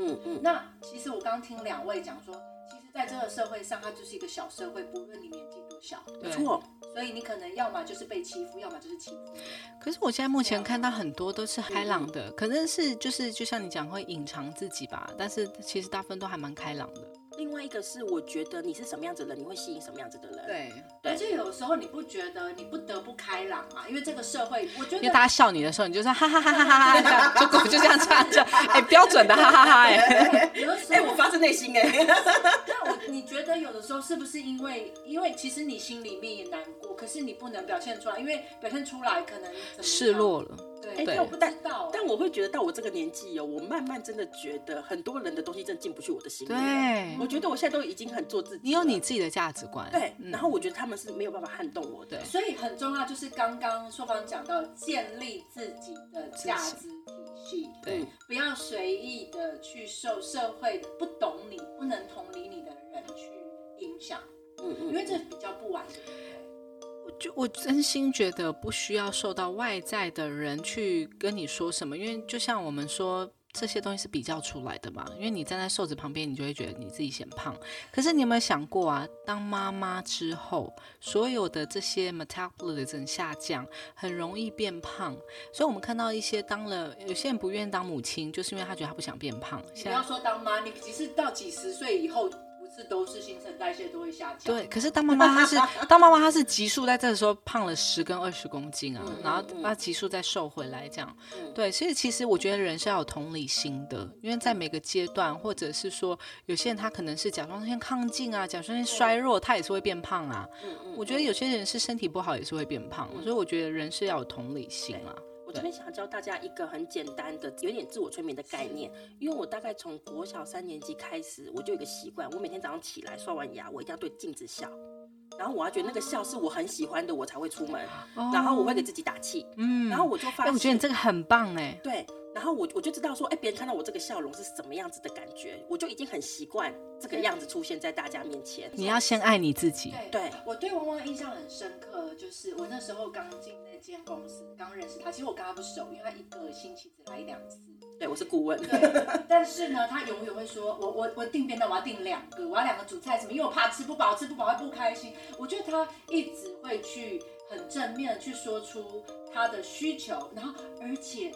S5: 嗯嗯，
S4: 那其实我刚听两位讲说，其实在这个社会上，它就是一个小社会，不论你年纪多小，
S3: 对
S5: 没错，
S4: 所以你可能要么就是被欺负，要么就是欺负人。
S3: 可是我现在目前看到很多都是开朗的，可能是就是就像你讲会隐藏自己吧，但是其实大部分都还蛮开朗的。
S5: 另外一个是我觉得你是什么样子的人，你会吸引什么样子的人。，
S3: 对，
S5: 对
S4: 而且有时候你不觉得你不得不开朗嘛？因为这个社会，我觉
S3: 因为大家
S4: 得
S3: 笑你的时候，你就说哈哈哈哈哈哈这样，结果就这样这样这样，哎，标准的哈哈哈哎。
S4: 有的时
S5: 哎、
S4: 候，
S5: 我发自内心哎、
S4: 那我你觉得有的时候是不是因为，因为其实你心里面也难过，可是你不能表现出来，因为表现出来可能怎么样
S3: 示。弱了，
S4: 对，
S5: 哎
S3: 对
S4: 但我不知道。啊
S5: 但我会觉得到我这个年纪哦，我慢慢真的觉得很多人的东西真的进不去我的心里了。
S3: 对
S5: 我觉得我现在都已经很做自己了。
S3: 你有你自己的价值观，
S5: 对，
S3: 嗯
S5: 然后我觉得他们是没有办法撼动我的
S3: 对。
S4: 所以很重要，就是刚刚硕芳讲到建立自己的价值体系。际，
S3: 对
S5: 嗯
S4: 不要随意的去受社会不懂你、不能同理你的人去影响，
S5: 嗯嗯，
S4: 因为这比较不完整。
S3: 我就我真心觉得不需要受到外在的人去跟你说什么，因为就像我们说。这些东西是比较出来的嘛？因为你站在瘦子旁边，你就会觉得你自己显胖。可是你有没有想过啊？当妈妈之后，所有的这些 metabolism 下降，很容易变胖。所以我们看到一些当了有些人不愿意当母亲，就是因为他觉得他不想变胖。
S4: 你
S3: 现
S4: 不
S3: 在
S4: 要说当妈，你即使到几十岁以后，不是都是新陈代谢都会下降。
S3: 对，可是当妈妈 她是当妈妈她是急速在这个时候胖了十跟二十公斤啊，
S5: 嗯
S3: 然后
S5: 嗯
S3: 她急速再瘦回来这样。
S5: 嗯
S3: 对，所以其实我觉得人是要有同理心的，因为在每个阶段，或者是说有些人他可能是甲状腺亢进啊，甲状腺衰弱，他也是会变胖啊。
S5: 嗯嗯
S3: 我觉得有些人是身体不好也是会变胖，啊所以我觉得人是要有同理心啊。
S5: 我这边想要教大家一个很简单的，有点自我催眠的概念。因为我大概从国小三年级开始，我就有一个习惯，我每天早上起来刷完牙，我一定要对镜子笑，然后我要觉得那个笑是我很喜欢的，我才会出门，然后我会给自己打气，
S3: 哦嗯，
S5: 然后我就发
S3: 哎，
S5: 现，
S3: 我觉得你这个很棒哎、
S5: 对，然后我我就知道说，哎，别人看到我这个笑容是什么样子的感觉，我就已经很习惯这个样子出现在大家面前。
S3: 你要先爱你自己。
S5: 对
S4: 我对汪汪印象很深刻，就是我那时候刚进那间公司，刚认识他。其实我跟他不熟，因为他一个星期只来一两次。
S5: 对我是顾问，
S4: 对，但是呢，他永远会说，我我我订便当，我要订两个，我要两个主菜什么，因为我怕吃不饱，吃不饱会不开心。我觉得他一直会去很正面的去说出他的需求，然后而且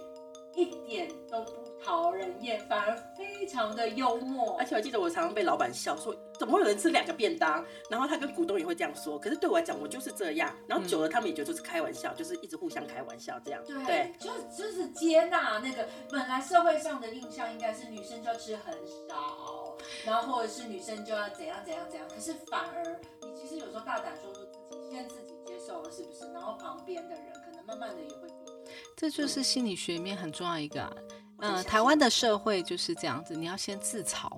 S4: 一点都不讨人厌，反而非常的幽默
S5: 而。且我记得我常常被老板笑说，怎么会有人吃两个便当？然后他跟股东也会这样说。可是对我来讲，我就是这样。然后久
S3: 嗯
S5: 了，他们也觉得就是开玩笑，就是一直互相开玩笑这样。
S4: 对，就就是接纳那个本来社会上的印象应该是女生就要吃很少，然后或者是女生就要怎样怎样怎样，可是反而你其实有时候大胆说出自己，先自己接受了是不是？然后旁边的人可能慢慢的也会比
S3: 这就是心理学里面很重要一个、啊，
S5: 我很
S3: 嗯、
S5: 相信
S3: 台湾的社会就是这样子，你要先自嘲，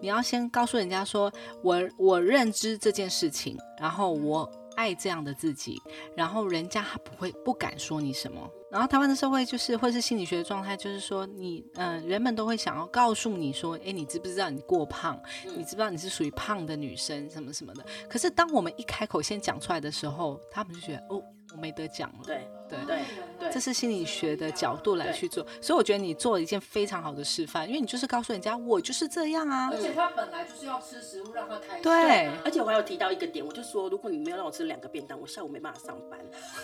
S3: 你要先告诉人家说，我我认知这件事情，然后我爱这样的自己，然后人家他不会不敢说你什么。然后台湾的社会就是，或是心理学的状态，就是说你，嗯、人们都会想要告诉你说，哎，你知不知道你过胖？你知不知道你是属于胖的女生什么什么的？可是当我们一开口先讲出来的时候，他们就觉得，哦，我没得讲了。
S5: 对
S3: 对
S4: 哦
S5: 对
S4: 原来
S5: 对
S3: 这是心理学的角度来去做，所以我觉得你做了一件非常好的示范，因为你就是告诉人家我就是这样啊
S4: 而，且他本来就是要吃食物让他开心、啊
S3: 对
S5: 而且我还有提到一个点，我就说，如果你没有让我吃两个便当，我下午没办法上班。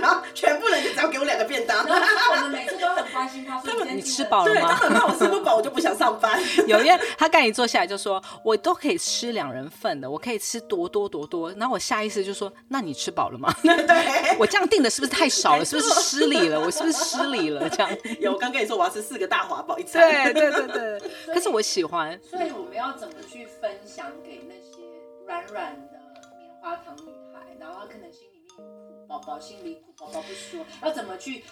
S5: 然后全部人就只要给我两个便当，
S4: 然后我们每次都很关 心他，说今天
S3: 你吃
S4: 了
S3: 饱
S5: 对，
S3: 了
S5: 他
S3: 吗？
S5: 很怕我吃不饱，我就不想上班。
S3: 有一天他跟你坐下来就说，我都可以吃两人份的，我可以吃多多多多，然后我下意识就说，那你吃饱了 吗？我这样定的是不是太少了？是不是失礼了？我是不是失礼了？这样，
S5: 有，我刚跟你说我要吃四个大华堡一
S3: 对
S5: 餐。
S3: 对对对，对 可是我喜欢，
S4: 所以我们要怎么去分享给那些软软的棉花糖女孩，然后她可能心里面有苦，宝宝心里苦，宝宝不说，要怎么去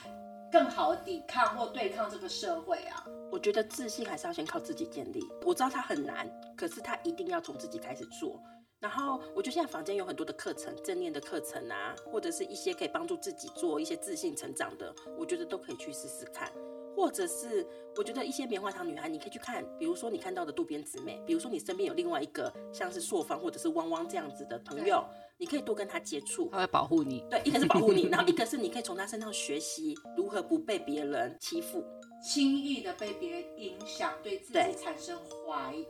S4: 更好地抵抗或对抗这个社会啊？
S5: 我觉得自信还是要先靠自己建立。我知道它很难，可是它一定要从自己开始做。然后我觉得现在坊间有很多的课程，正念的课程啊，或者是一些可以帮助自己做一些自信成长的，我觉得都可以去试试看。或者是我觉得一些棉花糖女孩，你可以去看，比如说你看到的渡边直美，比如说你身边有另外一个像是硕芳或者是汪汪这样子的朋友，你可以多跟他接触，
S3: 他会保护你。
S5: 对，一个是保护你，然后一个是你可以从他身上学习如何不被别人欺负。
S4: 轻易的被别人影响，对自
S5: 对
S4: 己产生怀疑。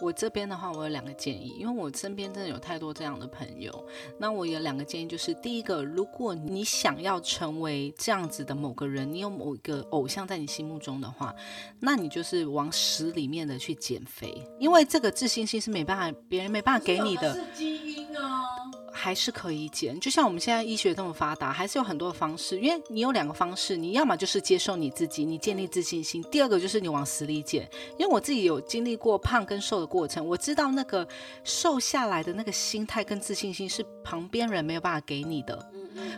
S3: 我这边的话，我有两个建议，因为我身边真的有太多这样的朋友。那我有两个建议，就是第一个，如果你想要成为这样子的某个人，你有某一个偶像在你心目中的话，那你就是往死里面的去减肥，因为这个自信心是没办法，别人没办法给你
S4: 可
S3: 的
S4: 是。有啊是基因啊，
S3: 还是可以减。就像我们现在医学这么发达，还是有很多的方式。因为你有两个方式，你要么就是接受你自己，你建立自信心；第二个就是你往死里减。因为我自己有经历过胖跟瘦的过程，我知道那个瘦下来的那个心态跟自信心是旁边人没有办法给你的。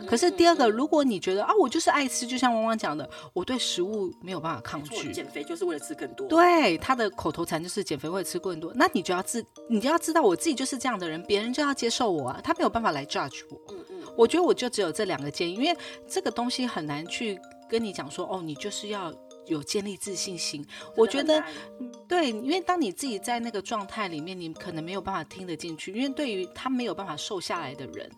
S3: 可是第二个，如果你觉得啊，我就是爱吃，就像汪汪讲的，我对食物没有办法抗
S5: 做
S3: 拒，
S5: 减肥就是为了吃更多。
S3: 对，他的口头禅就是减肥会吃更多。那你就要自，你就要知道我自己就是这样的人，别人就要接受我啊，他没有办法来 judge 我。
S5: 嗯嗯
S3: 我觉得我就只有这两个建议，因为这个东西很难去跟你讲说，哦，你就是要有建立自信心。我觉得对，因为当你自己在那个状态里面，你可能没有办法听得进去，因为对于他没有办法瘦下来的人。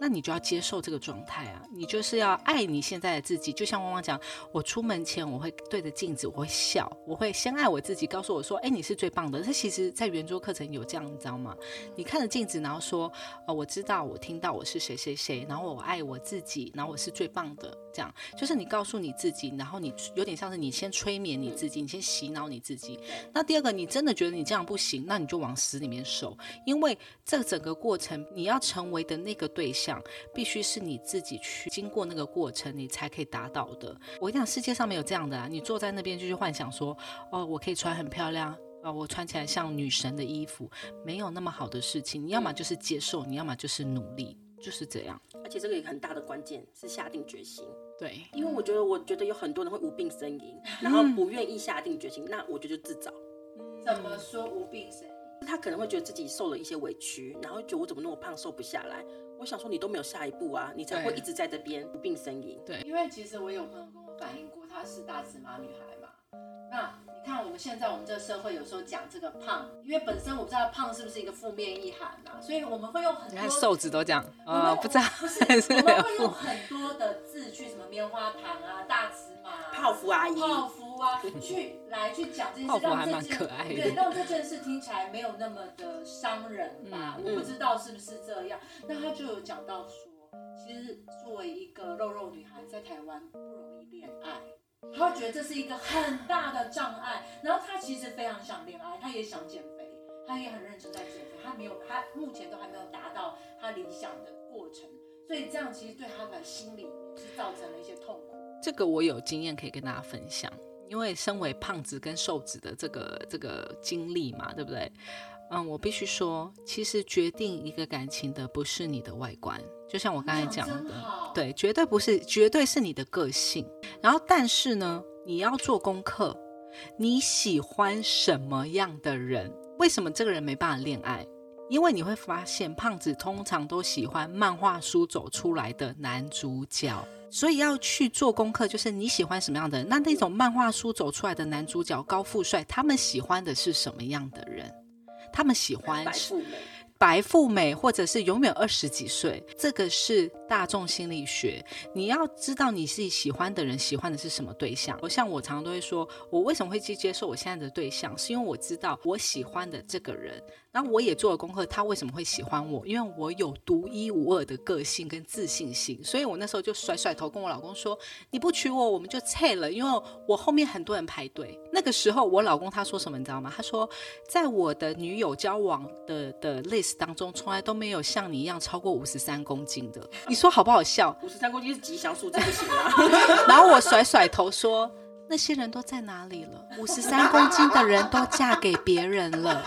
S3: 那你就要接受这个状态啊，你就是要爱你现在的自己。就像汪汪讲，我出门前我会对着镜子，我会笑，我会先爱我自己，告诉我说，哎，你是最棒的。这其实，在圆桌课程有这样，你知道吗？你看着镜子，然后说，呃，我知道，我听到我是谁谁谁，然后我爱我自己，然后我是最棒的。这样就是你告诉你自己，然后你有点像是你先催眠你自己，你先洗脑你自己。那第二个，你真的觉得你这样不行，那你就往死里面瘦，因为这整个过程你要成为的那个对象，必须是你自己去经过那个过程，你才可以达到的。我跟你讲，世界上没有这样的啊！你坐在那边就去幻想说，哦，我可以穿很漂亮。啊、我穿起来像女神的衣服，没有那么好的事情。你要么就是接受，你要么就是努力，就是这样。
S5: 而且这个也很大的关键是下定决心，
S3: 对，
S5: 因为我觉得，我觉得有很多人会无病呻吟，然后
S3: 嗯
S5: 不愿意下定决心，那我觉得就自找。
S4: 怎么说无病呻吟？
S5: 他可能会觉得自己受了一些委屈，然后觉得我怎么那么胖，瘦不下来。我想说，你都没有下一步啊，你才会
S3: 对
S5: 一直在这边无病呻吟。
S4: 因为其实我有朋友跟我反映过，她是大尺码女孩嘛。那你看我们现在我们这个社会有时候讲这个胖，因为本身我不知道胖是不是一个负面意涵呐、所以我们会用很
S3: 你
S4: 多
S3: 看瘦子都这样
S4: 我们
S3: 啊、不知道
S4: 不 是
S3: 还是
S4: 我
S3: 没
S4: 们
S3: 有
S4: 会
S3: 付
S4: 用很多的字去什么棉花糖啊、大尺码、啊、
S5: 泡芙阿姨，
S4: 泡芙啊，去来去讲这件
S3: 哎泡
S4: 事，
S3: 芙还
S4: 让这
S3: 蛮
S4: 件
S3: 可爱的
S4: 对，让这件事听起来没有那么的伤人吧？
S3: 嗯
S4: 我不
S5: 嗯
S4: 知道是不是这样。那他就有讲到说，其实作为一个肉肉女孩，在台湾不容易恋爱。她会觉得这是一个很大的障碍，然后她其实非常想恋爱，她也想减肥，她也很认真在减肥，她没有，她目前都还没有达到她理想的过程，所以这样其实对她的心理是造成了一些痛苦。
S3: 这个我有经验可以跟大家分享，因为身为胖子跟瘦子的这个这个经历嘛，对不对？嗯，我必须说，其实决定一个感情的不是你的外观，就像我刚才讲
S4: 你讲得真
S3: 的
S4: 好，
S3: 对，绝对不是，绝对是你的个性。然后，但是呢，你要做功课，你喜欢什么样的人？为什么这个人没办法恋爱？因为你会发现，胖子通常都喜欢漫画书走出来的男主角，所以要去做功课，就是你喜欢什么样的人。那那种漫画书走出来的男主角高富帅，他们喜欢的是什么样的人？他们喜欢
S5: 白
S3: 是
S5: 富美，
S3: 白富美，或者是永远二十几岁，这个是大众心理学。你要知道你自己喜欢的人喜欢的是什么对象。我像我常常都会说，我为什么会去接受我现在的对象，是因为我知道我喜欢的这个人，然后我也做了功课，他为什么会喜欢我？因为我有独一无二的个性跟自信心。所以我那时候就甩甩头跟我老公说：“你不娶我，我们就撤了，因为我后面很多人排队。”那个时候我老公他说什么你知道吗？他说在我的女友交往的的 list 当中，从来都没有像你一样超过五十三公斤的。你说好不好笑？
S5: 五十三公斤是吉祥数，这不行啊！
S3: 然后我甩甩头说：“那些人都在哪里了？五十三公斤的人都嫁给别人 了，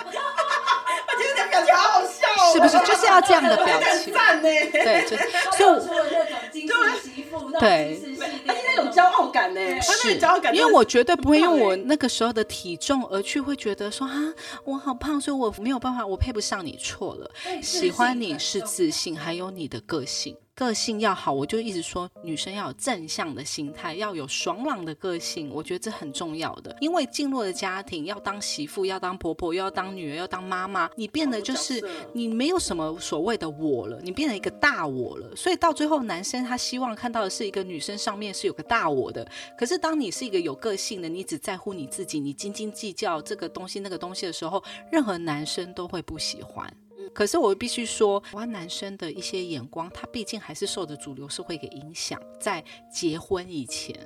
S5: 我觉得这表情好好笑哦
S3: 是不是？就是要这样的表 情。
S5: 赞呢？”
S3: 对，就
S4: 他
S3: 所以
S4: 有
S3: 我啊
S4: 出了那种金氏媳妇，那种金氏系列，
S5: 他现在有骄傲感呢， 他那
S3: 是
S5: 个骄傲，感真的是，
S3: 因为我绝对不会
S5: 很棒
S3: 用我
S5: 欸
S3: 那个时候的体重而去会觉得说啊，我好胖，所以我没有办法，我配不上你，错了。
S4: 对
S3: 喜欢你是自。信，还有你的个性。个性要好，我就一直说女生要有正向的心态，要有爽朗的个性，我觉得这很重要的。因为进入了家庭，要当媳妇，要当婆婆，又要当女儿，要当妈妈，你变得就是
S5: 好多角色
S3: 你没有什么所谓的我了，你变成一个大我了。所以到最后，男生他希望看到的是一个女生上面是有个大我的。可是当你是一个有个性的，你只在乎你自己，你斤斤计较这个东西那个东西的时候，任何男生都会不喜欢。可是我必须说，台湾男生的一些眼光，他毕竟还是受着主流社会给影响，在结婚以前。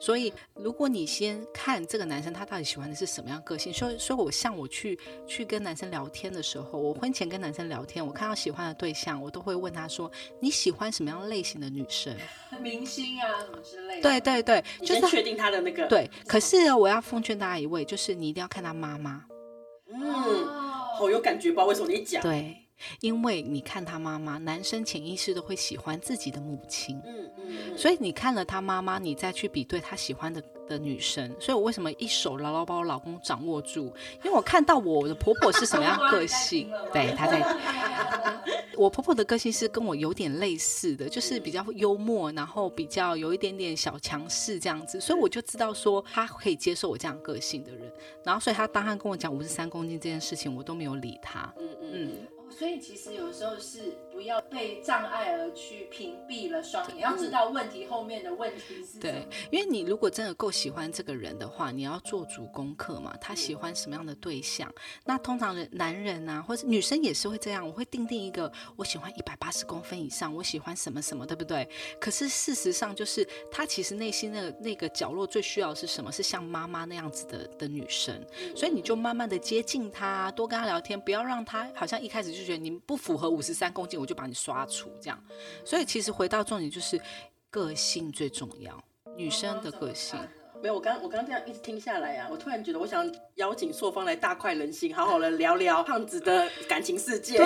S3: 所以，如果你先看这个男生他到底喜欢的是什么样个性，所以，所以我像我去去跟男生聊天的时候，我婚前跟男生聊天，我看到喜欢的对象，我都会问他说：“你喜欢什么样类型的女生
S4: 明星啊什么之类？”的。
S3: 对对对，
S5: 你
S3: 就
S5: 先
S3: 是
S5: 确定他的那个，
S3: 对。可是哦我要奉劝大家一位，就是你一定要看他妈妈。
S5: 嗯，
S4: 好，
S5: 好有感觉，不知道为什么你一讲，
S3: 对，因为你看他妈妈，男生潜意识都会喜欢自己的母亲，
S5: 嗯嗯，
S3: 所以你看了他妈妈，你再去比对他喜欢的的女生。所以我为什么一手牢牢把我老公掌握住？因为我看到我的婆婆是什么样个性对，她在。我婆婆的个性是跟我有点类似的，就是比较幽默，然后比较有一点点小强势这样子，所以我就知道说她可以接受我这样个性的人。然后，所以她当她跟我讲五十三公斤这件事情，我都没有理她。
S5: 嗯嗯
S3: 嗯，
S4: 哦所以其实有时候是不要被障碍而去屏蔽了双眼，要知道问题后面的问题是什么
S3: 嗯对。，因为你如果真的够喜欢这个人的话，你要做足功课嘛，他喜欢什么样的对象？那通常人男人啊，或者女生也是会这样，我会定定一个我喜欢一百八十公分以上，我喜欢什么什么，对不对？可是事实上就是他其实内心那个那个角落最需要的是什么？是像妈妈那样子的的女生，所以你就慢慢的接近她，多跟她聊天，不要让她好像一开始就觉得你不符合五十三公斤，我就把你刷除这样。所以其实回到重点就是。个性最重要，女生的个性
S4: 妈
S5: 啊
S4: 妈。怎么看呢
S5: 没有，我刚我刚这样一直听下来啊，我突然觉得我想邀请朔方来大快人心，好好的聊聊胖子的感情世界。
S3: 对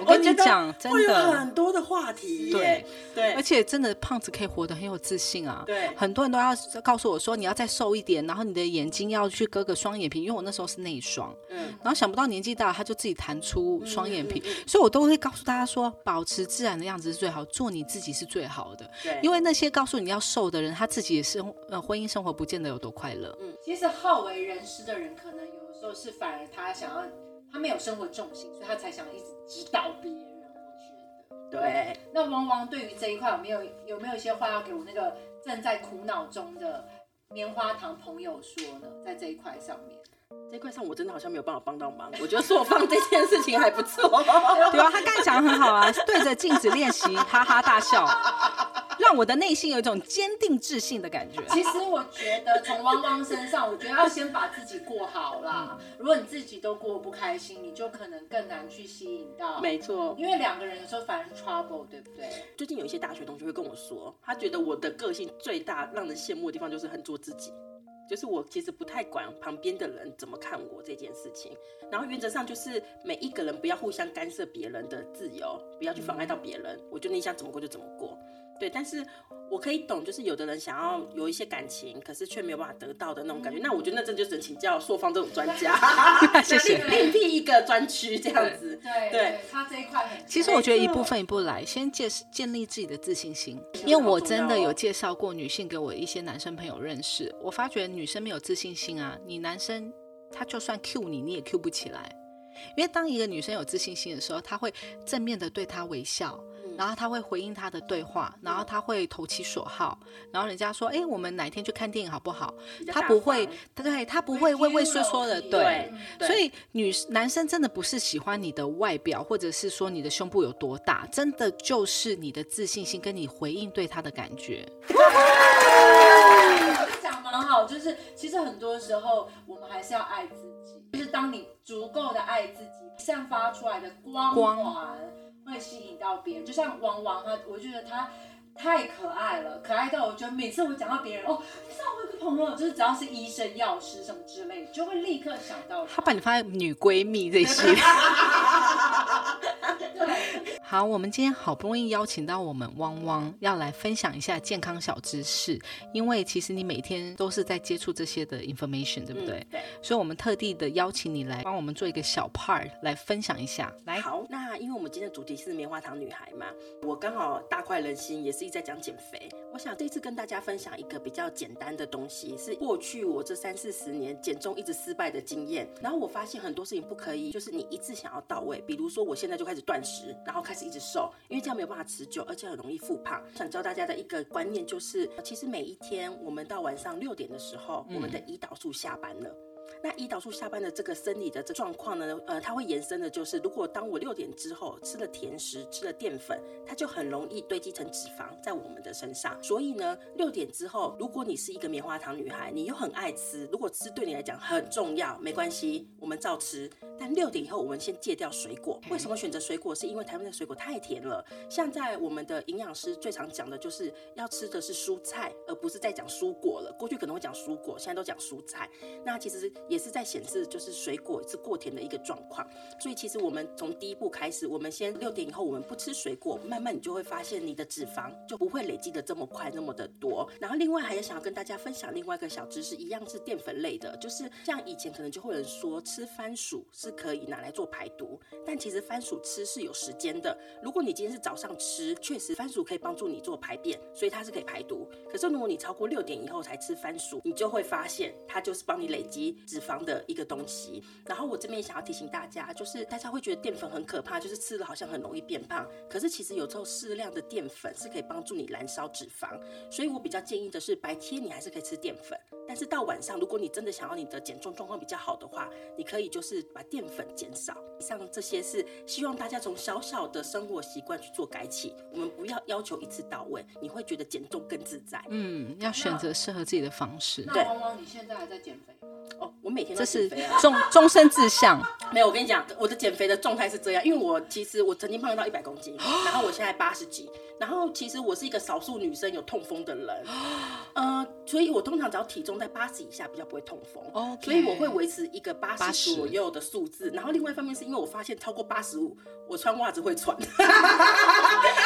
S3: 我跟你
S5: 觉得
S3: 讲真的
S5: 会有很多的话题耶。对
S3: 而且真的胖子可以活得很有自信啊！
S5: 对
S3: 很多人都要告诉我说你要再瘦一点，然后你的眼睛要去割个双眼皮，因为我那时候是内双，
S5: 嗯
S3: 然后想不到年纪大了他就自己弹出双眼皮，所以我都会告诉大家说，保持自然的样子是最好，做你自己是最好的。
S5: 对，
S3: 因
S5: 为
S3: 为那些告诉你要瘦的人，他自己也是呃婚姻生活不见得有多快乐。
S4: 其实好为人师的人，可能有时候是反而他想要，他没有生活重心，所以他才想一直指导别人。我觉得，
S5: 对，
S4: 那汪汪对于这一块有没有有没有一些话要给我那个正在苦恼中的棉花糖朋友说呢？在这一块上面，
S5: 这块上我真的好像没有办法帮到忙。我觉得朔方这件事情还 不错。
S3: 对啊，他刚才讲的很好啊，对着镜子练习，哈哈大笑，让我的内心有一种坚定自信的感觉。
S4: 其实我觉得从汪汪身上，我觉得要先把自己过好啦。
S3: 嗯
S4: 如果你自己都过不开心，你就可能更难去吸引到。
S5: 没错，
S4: 因为两个人有时候反而是 trouble，对不对？
S5: 最近有一些大学同学会跟我说，他觉得我的个性最大让人羡慕的地方就是很做自己，就是我其实不太管旁边的人怎么看我这件事情。然后原则上就是每一个人不要互相干涉别人的自由，不要去妨碍到别人。我觉得你想怎么过就怎么过。对，但是我可以懂，就是有的人想要有一些感情，可是却没有办法得到的那种感觉。那我觉得那真的就只能请教朔方这种专 家，
S3: 谢谢。
S5: 另辟一个专区这样子。
S4: 对
S5: 对，
S4: 他这一块很。
S3: 其实我觉得一步分一步来，先建建立自己的自信心。因为我真的有介绍过女性给我一些男生朋友认识，我发觉女生没有自信心啊，你男生他就算 Q 你，你也 Q 不起来。因为当一个女生有自信心的时候，她会正面的对他微笑，然后她会回应他的对话，然后她会投其所好，然后人家说，哎，我们哪天去看电影好不好？
S5: 较
S3: 她
S5: 大
S3: 不会
S5: 方，
S3: 对，她不会畏畏缩缩的，对
S5: 对。对
S3: 所以女男生真的不是喜欢你的外表，或者是说你的胸部有多大，真的就是你的自信心跟你回应对他的感觉。
S4: 讲蛮好，就是其实很多时候我们还是要爱自己，就是当你足够的爱自己，散发出来的光环会吸引到别人。就像王王啊，我觉得他。太可爱了，可爱到我觉得每次我讲到别人哦，你知道我有个朋友，就是只要是医生、药师什么之类，就会立刻想到
S3: 他把你放在女闺蜜这一系列。 好，我们今天好不容易邀请到我们汪汪，要来分享一下健康小知识，因为其实你每天都是在接触这些的 information，对不对？
S5: 嗯对。
S3: 所以我们特地的邀请你来帮我们做一个小 part 来分享一下，来。
S5: 好，那因为我们今天的主题是棉花糖女孩嘛，我刚好大快人心，也是一直在讲减肥。我想这次跟大家分享一个比较简单的东西，是过去我这三四十年减重一直失败的经验。然后我发现很多事情不可以，就是你一次想要到位，比如说我现在就开始断食，然后开始一直瘦，因为这样没有办法持久，而且很容易复胖。想教大家的一个观念就是，呃其实每一天我们到晚上六点的时候，我们的胰岛素下班了。那胰岛素下班的这个生理的这状况呢，呃，它会延伸的就是，如果当我六点之后吃了甜食、吃了淀粉，它就很容易堆积成脂肪在我们的身上。所以呢，六点之后，如果你是一个棉花糖女孩，你又很爱吃，如果吃对你来讲很重要，没关系，我们照吃。但六点以后，我们先戒掉水果。为什么选择水果？是因为台湾的水果太甜了。像在我们的营养师最常讲的就是要吃的是蔬菜，而不是在讲蔬果了。过去可能会讲蔬果，现在都讲蔬菜。那其实也是在显示就是水果是过甜的一个状况。所以其实我们从第一步开始，我们先六点以后我们不吃水果，慢慢你就会发现你的脂肪就不会累积的这么快那么的多。然后另外还想要跟大家分享另外一个小知识，一样是淀粉类的，就是像以前可能就会有人说吃番薯是可以拿来做排毒，但其实番薯吃是有时间的。如果你今天是早上吃，确实番薯可以帮助你做排便，所以它是可以排毒。可是如果你超过六点以后才吃番薯，你就会发现它就是帮你累积脂肪的一个东西。然后我这边也想要提醒大家，就是大家会觉得淀粉很可怕，就是吃了好像很容易变胖，可是其实有时候适量的淀粉是可以帮助你燃烧脂肪。所以我比较建议的是，白天你还是可以吃淀粉，但是到晚上，如果你真的想要你的减重状况比较好的话，你可以就是把淀粉减少。以上这些是希望大家从小小的生活习惯去做改起，我们不要要求一次到位，你会觉得减重更自在。
S3: 嗯，要选择适合自己的方式。
S4: 那
S5: 对
S4: 汪汪，你现在还在减肥吗？
S5: 哦，我每天都
S3: 这是
S5: 减肥啊。
S3: 终终身志向，
S5: 没有，我跟你讲，我的减肥的状态是这样，因为我其实我曾经胖到一百公斤，
S3: 啊
S5: 然后我现在八十几，然后其实我是一个少数女生有痛风的人，
S3: 啊
S5: 呃，所以我通常只要体重在八十以下比较不会痛风
S3: 哦 OK
S5: 所以我会维持一个八
S3: 80
S5: 十左右的数字。然后另外一方面是因为我发现超过八十五，我穿袜子会喘，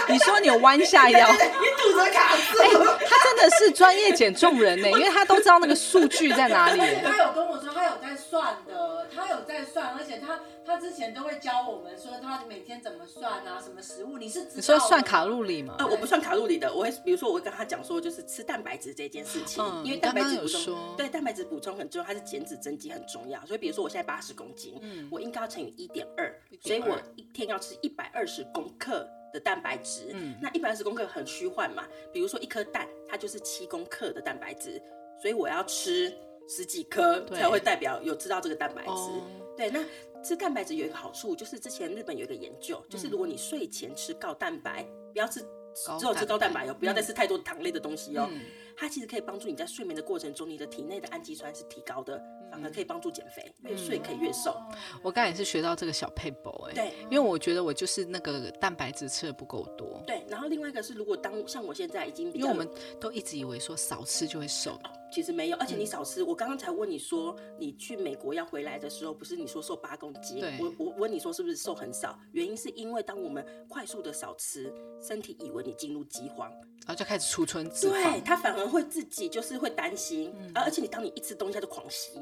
S3: 你说你有弯下腰， 哎
S5: 你肚子卡住。
S3: 他真的是专业减重人呢，因为他都知道那个数据在哪里。
S4: 而且他有跟我说，他有在算的，他有在算，而且他他之前都会教我们说他每天怎么算啊，什么食物，你是知道
S3: 你说算
S4: 的
S3: 卡路里吗？
S5: 呃，我不算卡路里的，我会比如说我会跟他讲说，就是吃蛋白质这件事情，
S3: 嗯
S5: 因为
S3: 你
S5: 蛋白
S3: 刚刚
S5: 质
S3: 有
S5: 补充
S3: 说，
S5: 对蛋白质补充很重要，它是减脂增肌很重要。所以比如说我现在八十公斤，
S3: 嗯
S5: 我应该要乘以一点二，所以我一天要吃一百二十公克。的蛋白质，
S3: 嗯
S5: 那一百二十公克很虚幻嘛？比如说一颗蛋，它就是七公克的蛋白质，所以我要吃十几颗
S3: 对
S5: 才会代表有吃到这个蛋白质。
S3: 哦
S5: 对，那吃蛋白质有一个好处，就是之前日本有一个研究，就是如果你睡前吃高蛋白，不要吃
S3: 嗯高
S5: 只有吃
S3: 蛋
S5: 高蛋
S3: 白嗯
S5: 白哦，不要再吃太多糖类的东西哦。它其实可以帮助你在睡眠的过程中，你的体内的氨基酸是提高的，反而可以
S3: 嗯
S5: 帮助减肥，越睡可以越
S4: 哦
S5: 瘦。
S3: 我刚才也是学到这个小配博哎，
S5: 对
S3: 因为我觉得我就是那个蛋白质吃的不够多，
S5: 对，然后另外一个是，如果当像我现在已经比
S3: 因
S5: 较
S3: 为
S5: 有
S3: 我们都一直以为说少吃就会瘦，
S5: 其实没有，而且
S3: 嗯
S5: 你少吃。我刚刚才问你说，你去美国要回来的时候，不是你说瘦八公斤
S3: 对？
S5: 我我问你说是不是瘦很少？原因是因为当我们快速的少吃，身体以为你进入饥荒，
S3: 然后就开始储存脂肪
S5: 对，它反而会自己就是会担心，
S3: 嗯
S5: 啊而、而且你当你一吃东西，它就狂吸，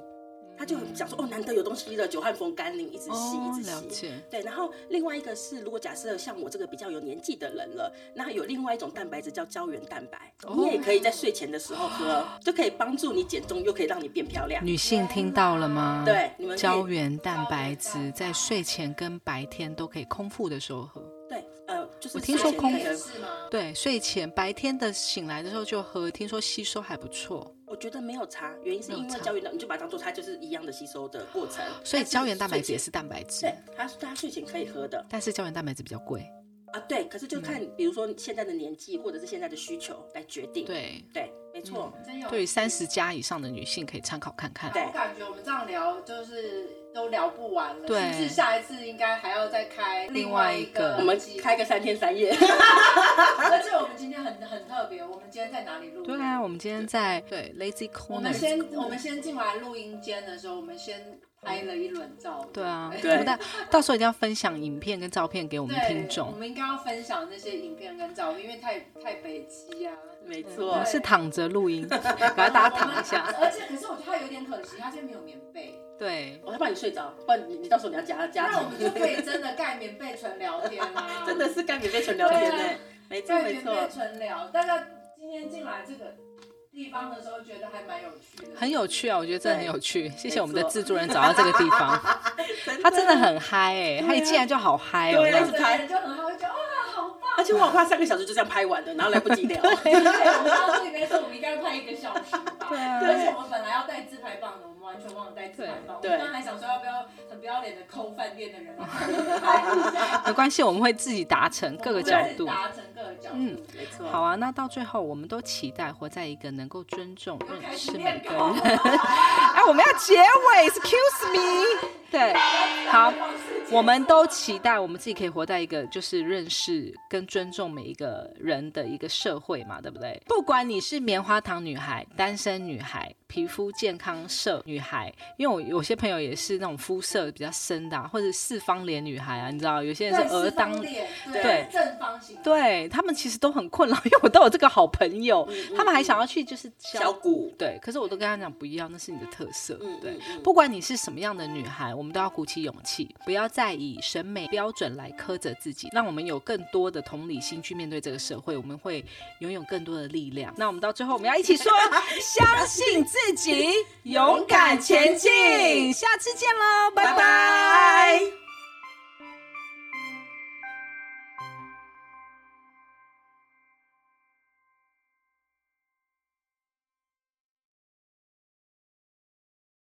S5: 它就很想说、哦，难得有东西了，久旱逢甘霖，一直吸，
S3: 哦
S5: 一直，
S3: 了
S5: 吸。
S3: 解，
S5: 对，然后另外一个是，如果假设像我这个比较有年纪的人了，那有另外一种蛋白质叫胶原蛋白，
S3: 哦
S5: 你也可以在睡前的时候喝，就可以帮助你减重，又可以让你变漂亮。
S3: 女性听到了吗？
S5: 对，你们可以
S3: 胶原蛋白质在睡前跟白天都可以空腹的时候喝。
S5: 对，呃，就是
S3: 我听说
S5: 睡前
S3: 空
S5: 可以
S4: 也
S5: 喝
S4: 是吗？
S3: 对，睡前白天的醒来的时候就喝，听说吸收还不错，
S5: 我觉得没有差，原因是
S3: 没有
S5: 因为
S3: 差
S5: 胶原蛋，你就把它当做它就是一样的吸收的过程。
S3: 所以
S5: 但是
S3: 胶原蛋白质
S5: 睡
S3: 也
S5: 前
S3: 是蛋白质
S5: 对，，它它睡前可以喝的。
S3: 但是胶原蛋白质比较贵。
S5: 啊，对，可是
S4: 嗯
S5: 就看，比如说你现在的年纪或者是现在的需求来决定。
S3: 对，
S5: 对，没错。
S4: 真有
S3: 对于三十加以上的女性可以参考看看。
S5: 对
S4: 我感觉我们这样聊就是都聊不完了，
S3: 对
S4: 是不是下一次应该还要再开另外一
S3: 另外一个
S4: 个？
S5: 我们开个三天 三夜，
S3: 啊
S4: 而且我们今天很很特别，我们今天在哪里录？
S3: 对啊，我们今天在对 Lazy
S4: 我们
S3: Corner。
S4: 先我们先进来录音间的时候，我们先拍了一轮照。
S3: 对啊，
S5: 对
S3: 我们到到时候一定要分享影片跟照片给我们
S4: 对，
S3: 听
S4: 我
S3: 众。
S4: 们应该要分享那些影片跟照片，因为太太北极啊。
S5: 没
S3: 我
S5: 错
S3: 们。是躺着录 音，把大家躺一下。
S4: 啊而且，可是我觉得他有点可惜，他现在没有棉 被，
S3: 对，
S5: 我要帮你睡着，不然你你到时候你要加
S4: 不
S5: 加
S4: 然我们就可以真的盖棉被纯聊天啊啦、
S5: 真的是干免费纯聊天
S4: 对啊
S5: 呢。没错
S4: 盖
S5: 没
S4: 棉
S5: 错，
S4: 被纯聊。大家今天进来这个地方的时候，觉得还蛮有趣的，
S3: 很有趣啊，我觉得真的很
S5: 对
S3: 有趣。谢谢
S5: 没
S3: 我们的
S5: 错
S3: 制作人找到这个地 方，他真的很嗨哎、他一进来就好嗨哦、
S5: 对啊
S4: 整个人就很好，就觉得哦哇，好棒。
S5: 而且我好怕三个小时就这样拍完了，然后来不及聊。
S4: 对，我们刚刚那边说我们应该拍一个小时吧。
S3: 对啊
S4: 而且我们本来要带自拍棒的，我们完全忘了带自拍棒。我
S5: 对
S4: 们刚才想说要不要很不要脸的抠饭店的人来拍一下，
S3: 没关系，我们会自己达成 各个角
S4: 我
S3: 度
S4: 们会。达成各个角度。
S3: 嗯
S5: 没错。
S3: 好啊，那到最后，我们都期待活在一个能够尊重、
S4: 又
S3: 认
S4: 开始
S3: 识每
S4: 练
S3: 个
S4: 稿
S3: 人。
S4: 了。
S3: 哎，我们要结尾，excuse me。 对，好，我们都期待我们自己可以活在一个就是认识跟尊重每一个人的一个社会嘛，对不对？不管你是棉花糖女孩、单身女孩、皮肤健康社女孩，因为我有些朋友也是那种肤色比较深的、啊，或者四方脸女孩啊，你知道，有些人
S4: 对，
S3: 是鹅当
S4: 四方脸
S3: 对
S4: 对正方形，
S3: 对他们其实都很困扰，因 为我都有这个好朋友，他们还想要去就是
S5: 嗯小骨，
S3: 对，可是我都跟他讲不一样，那是你的特色，
S5: 嗯
S3: 对
S5: 嗯。嗯
S3: 不管你是什么样的女孩，我们都要鼓起勇气，不要再以审美标准来苛责自己，让我们有更多的同理心去面对这个社会，我们会拥有更多的力量。那我们到最后，我们要一起说： 相信自己，勇敢前进。下次见喽，拜拜。
S5: 拜拜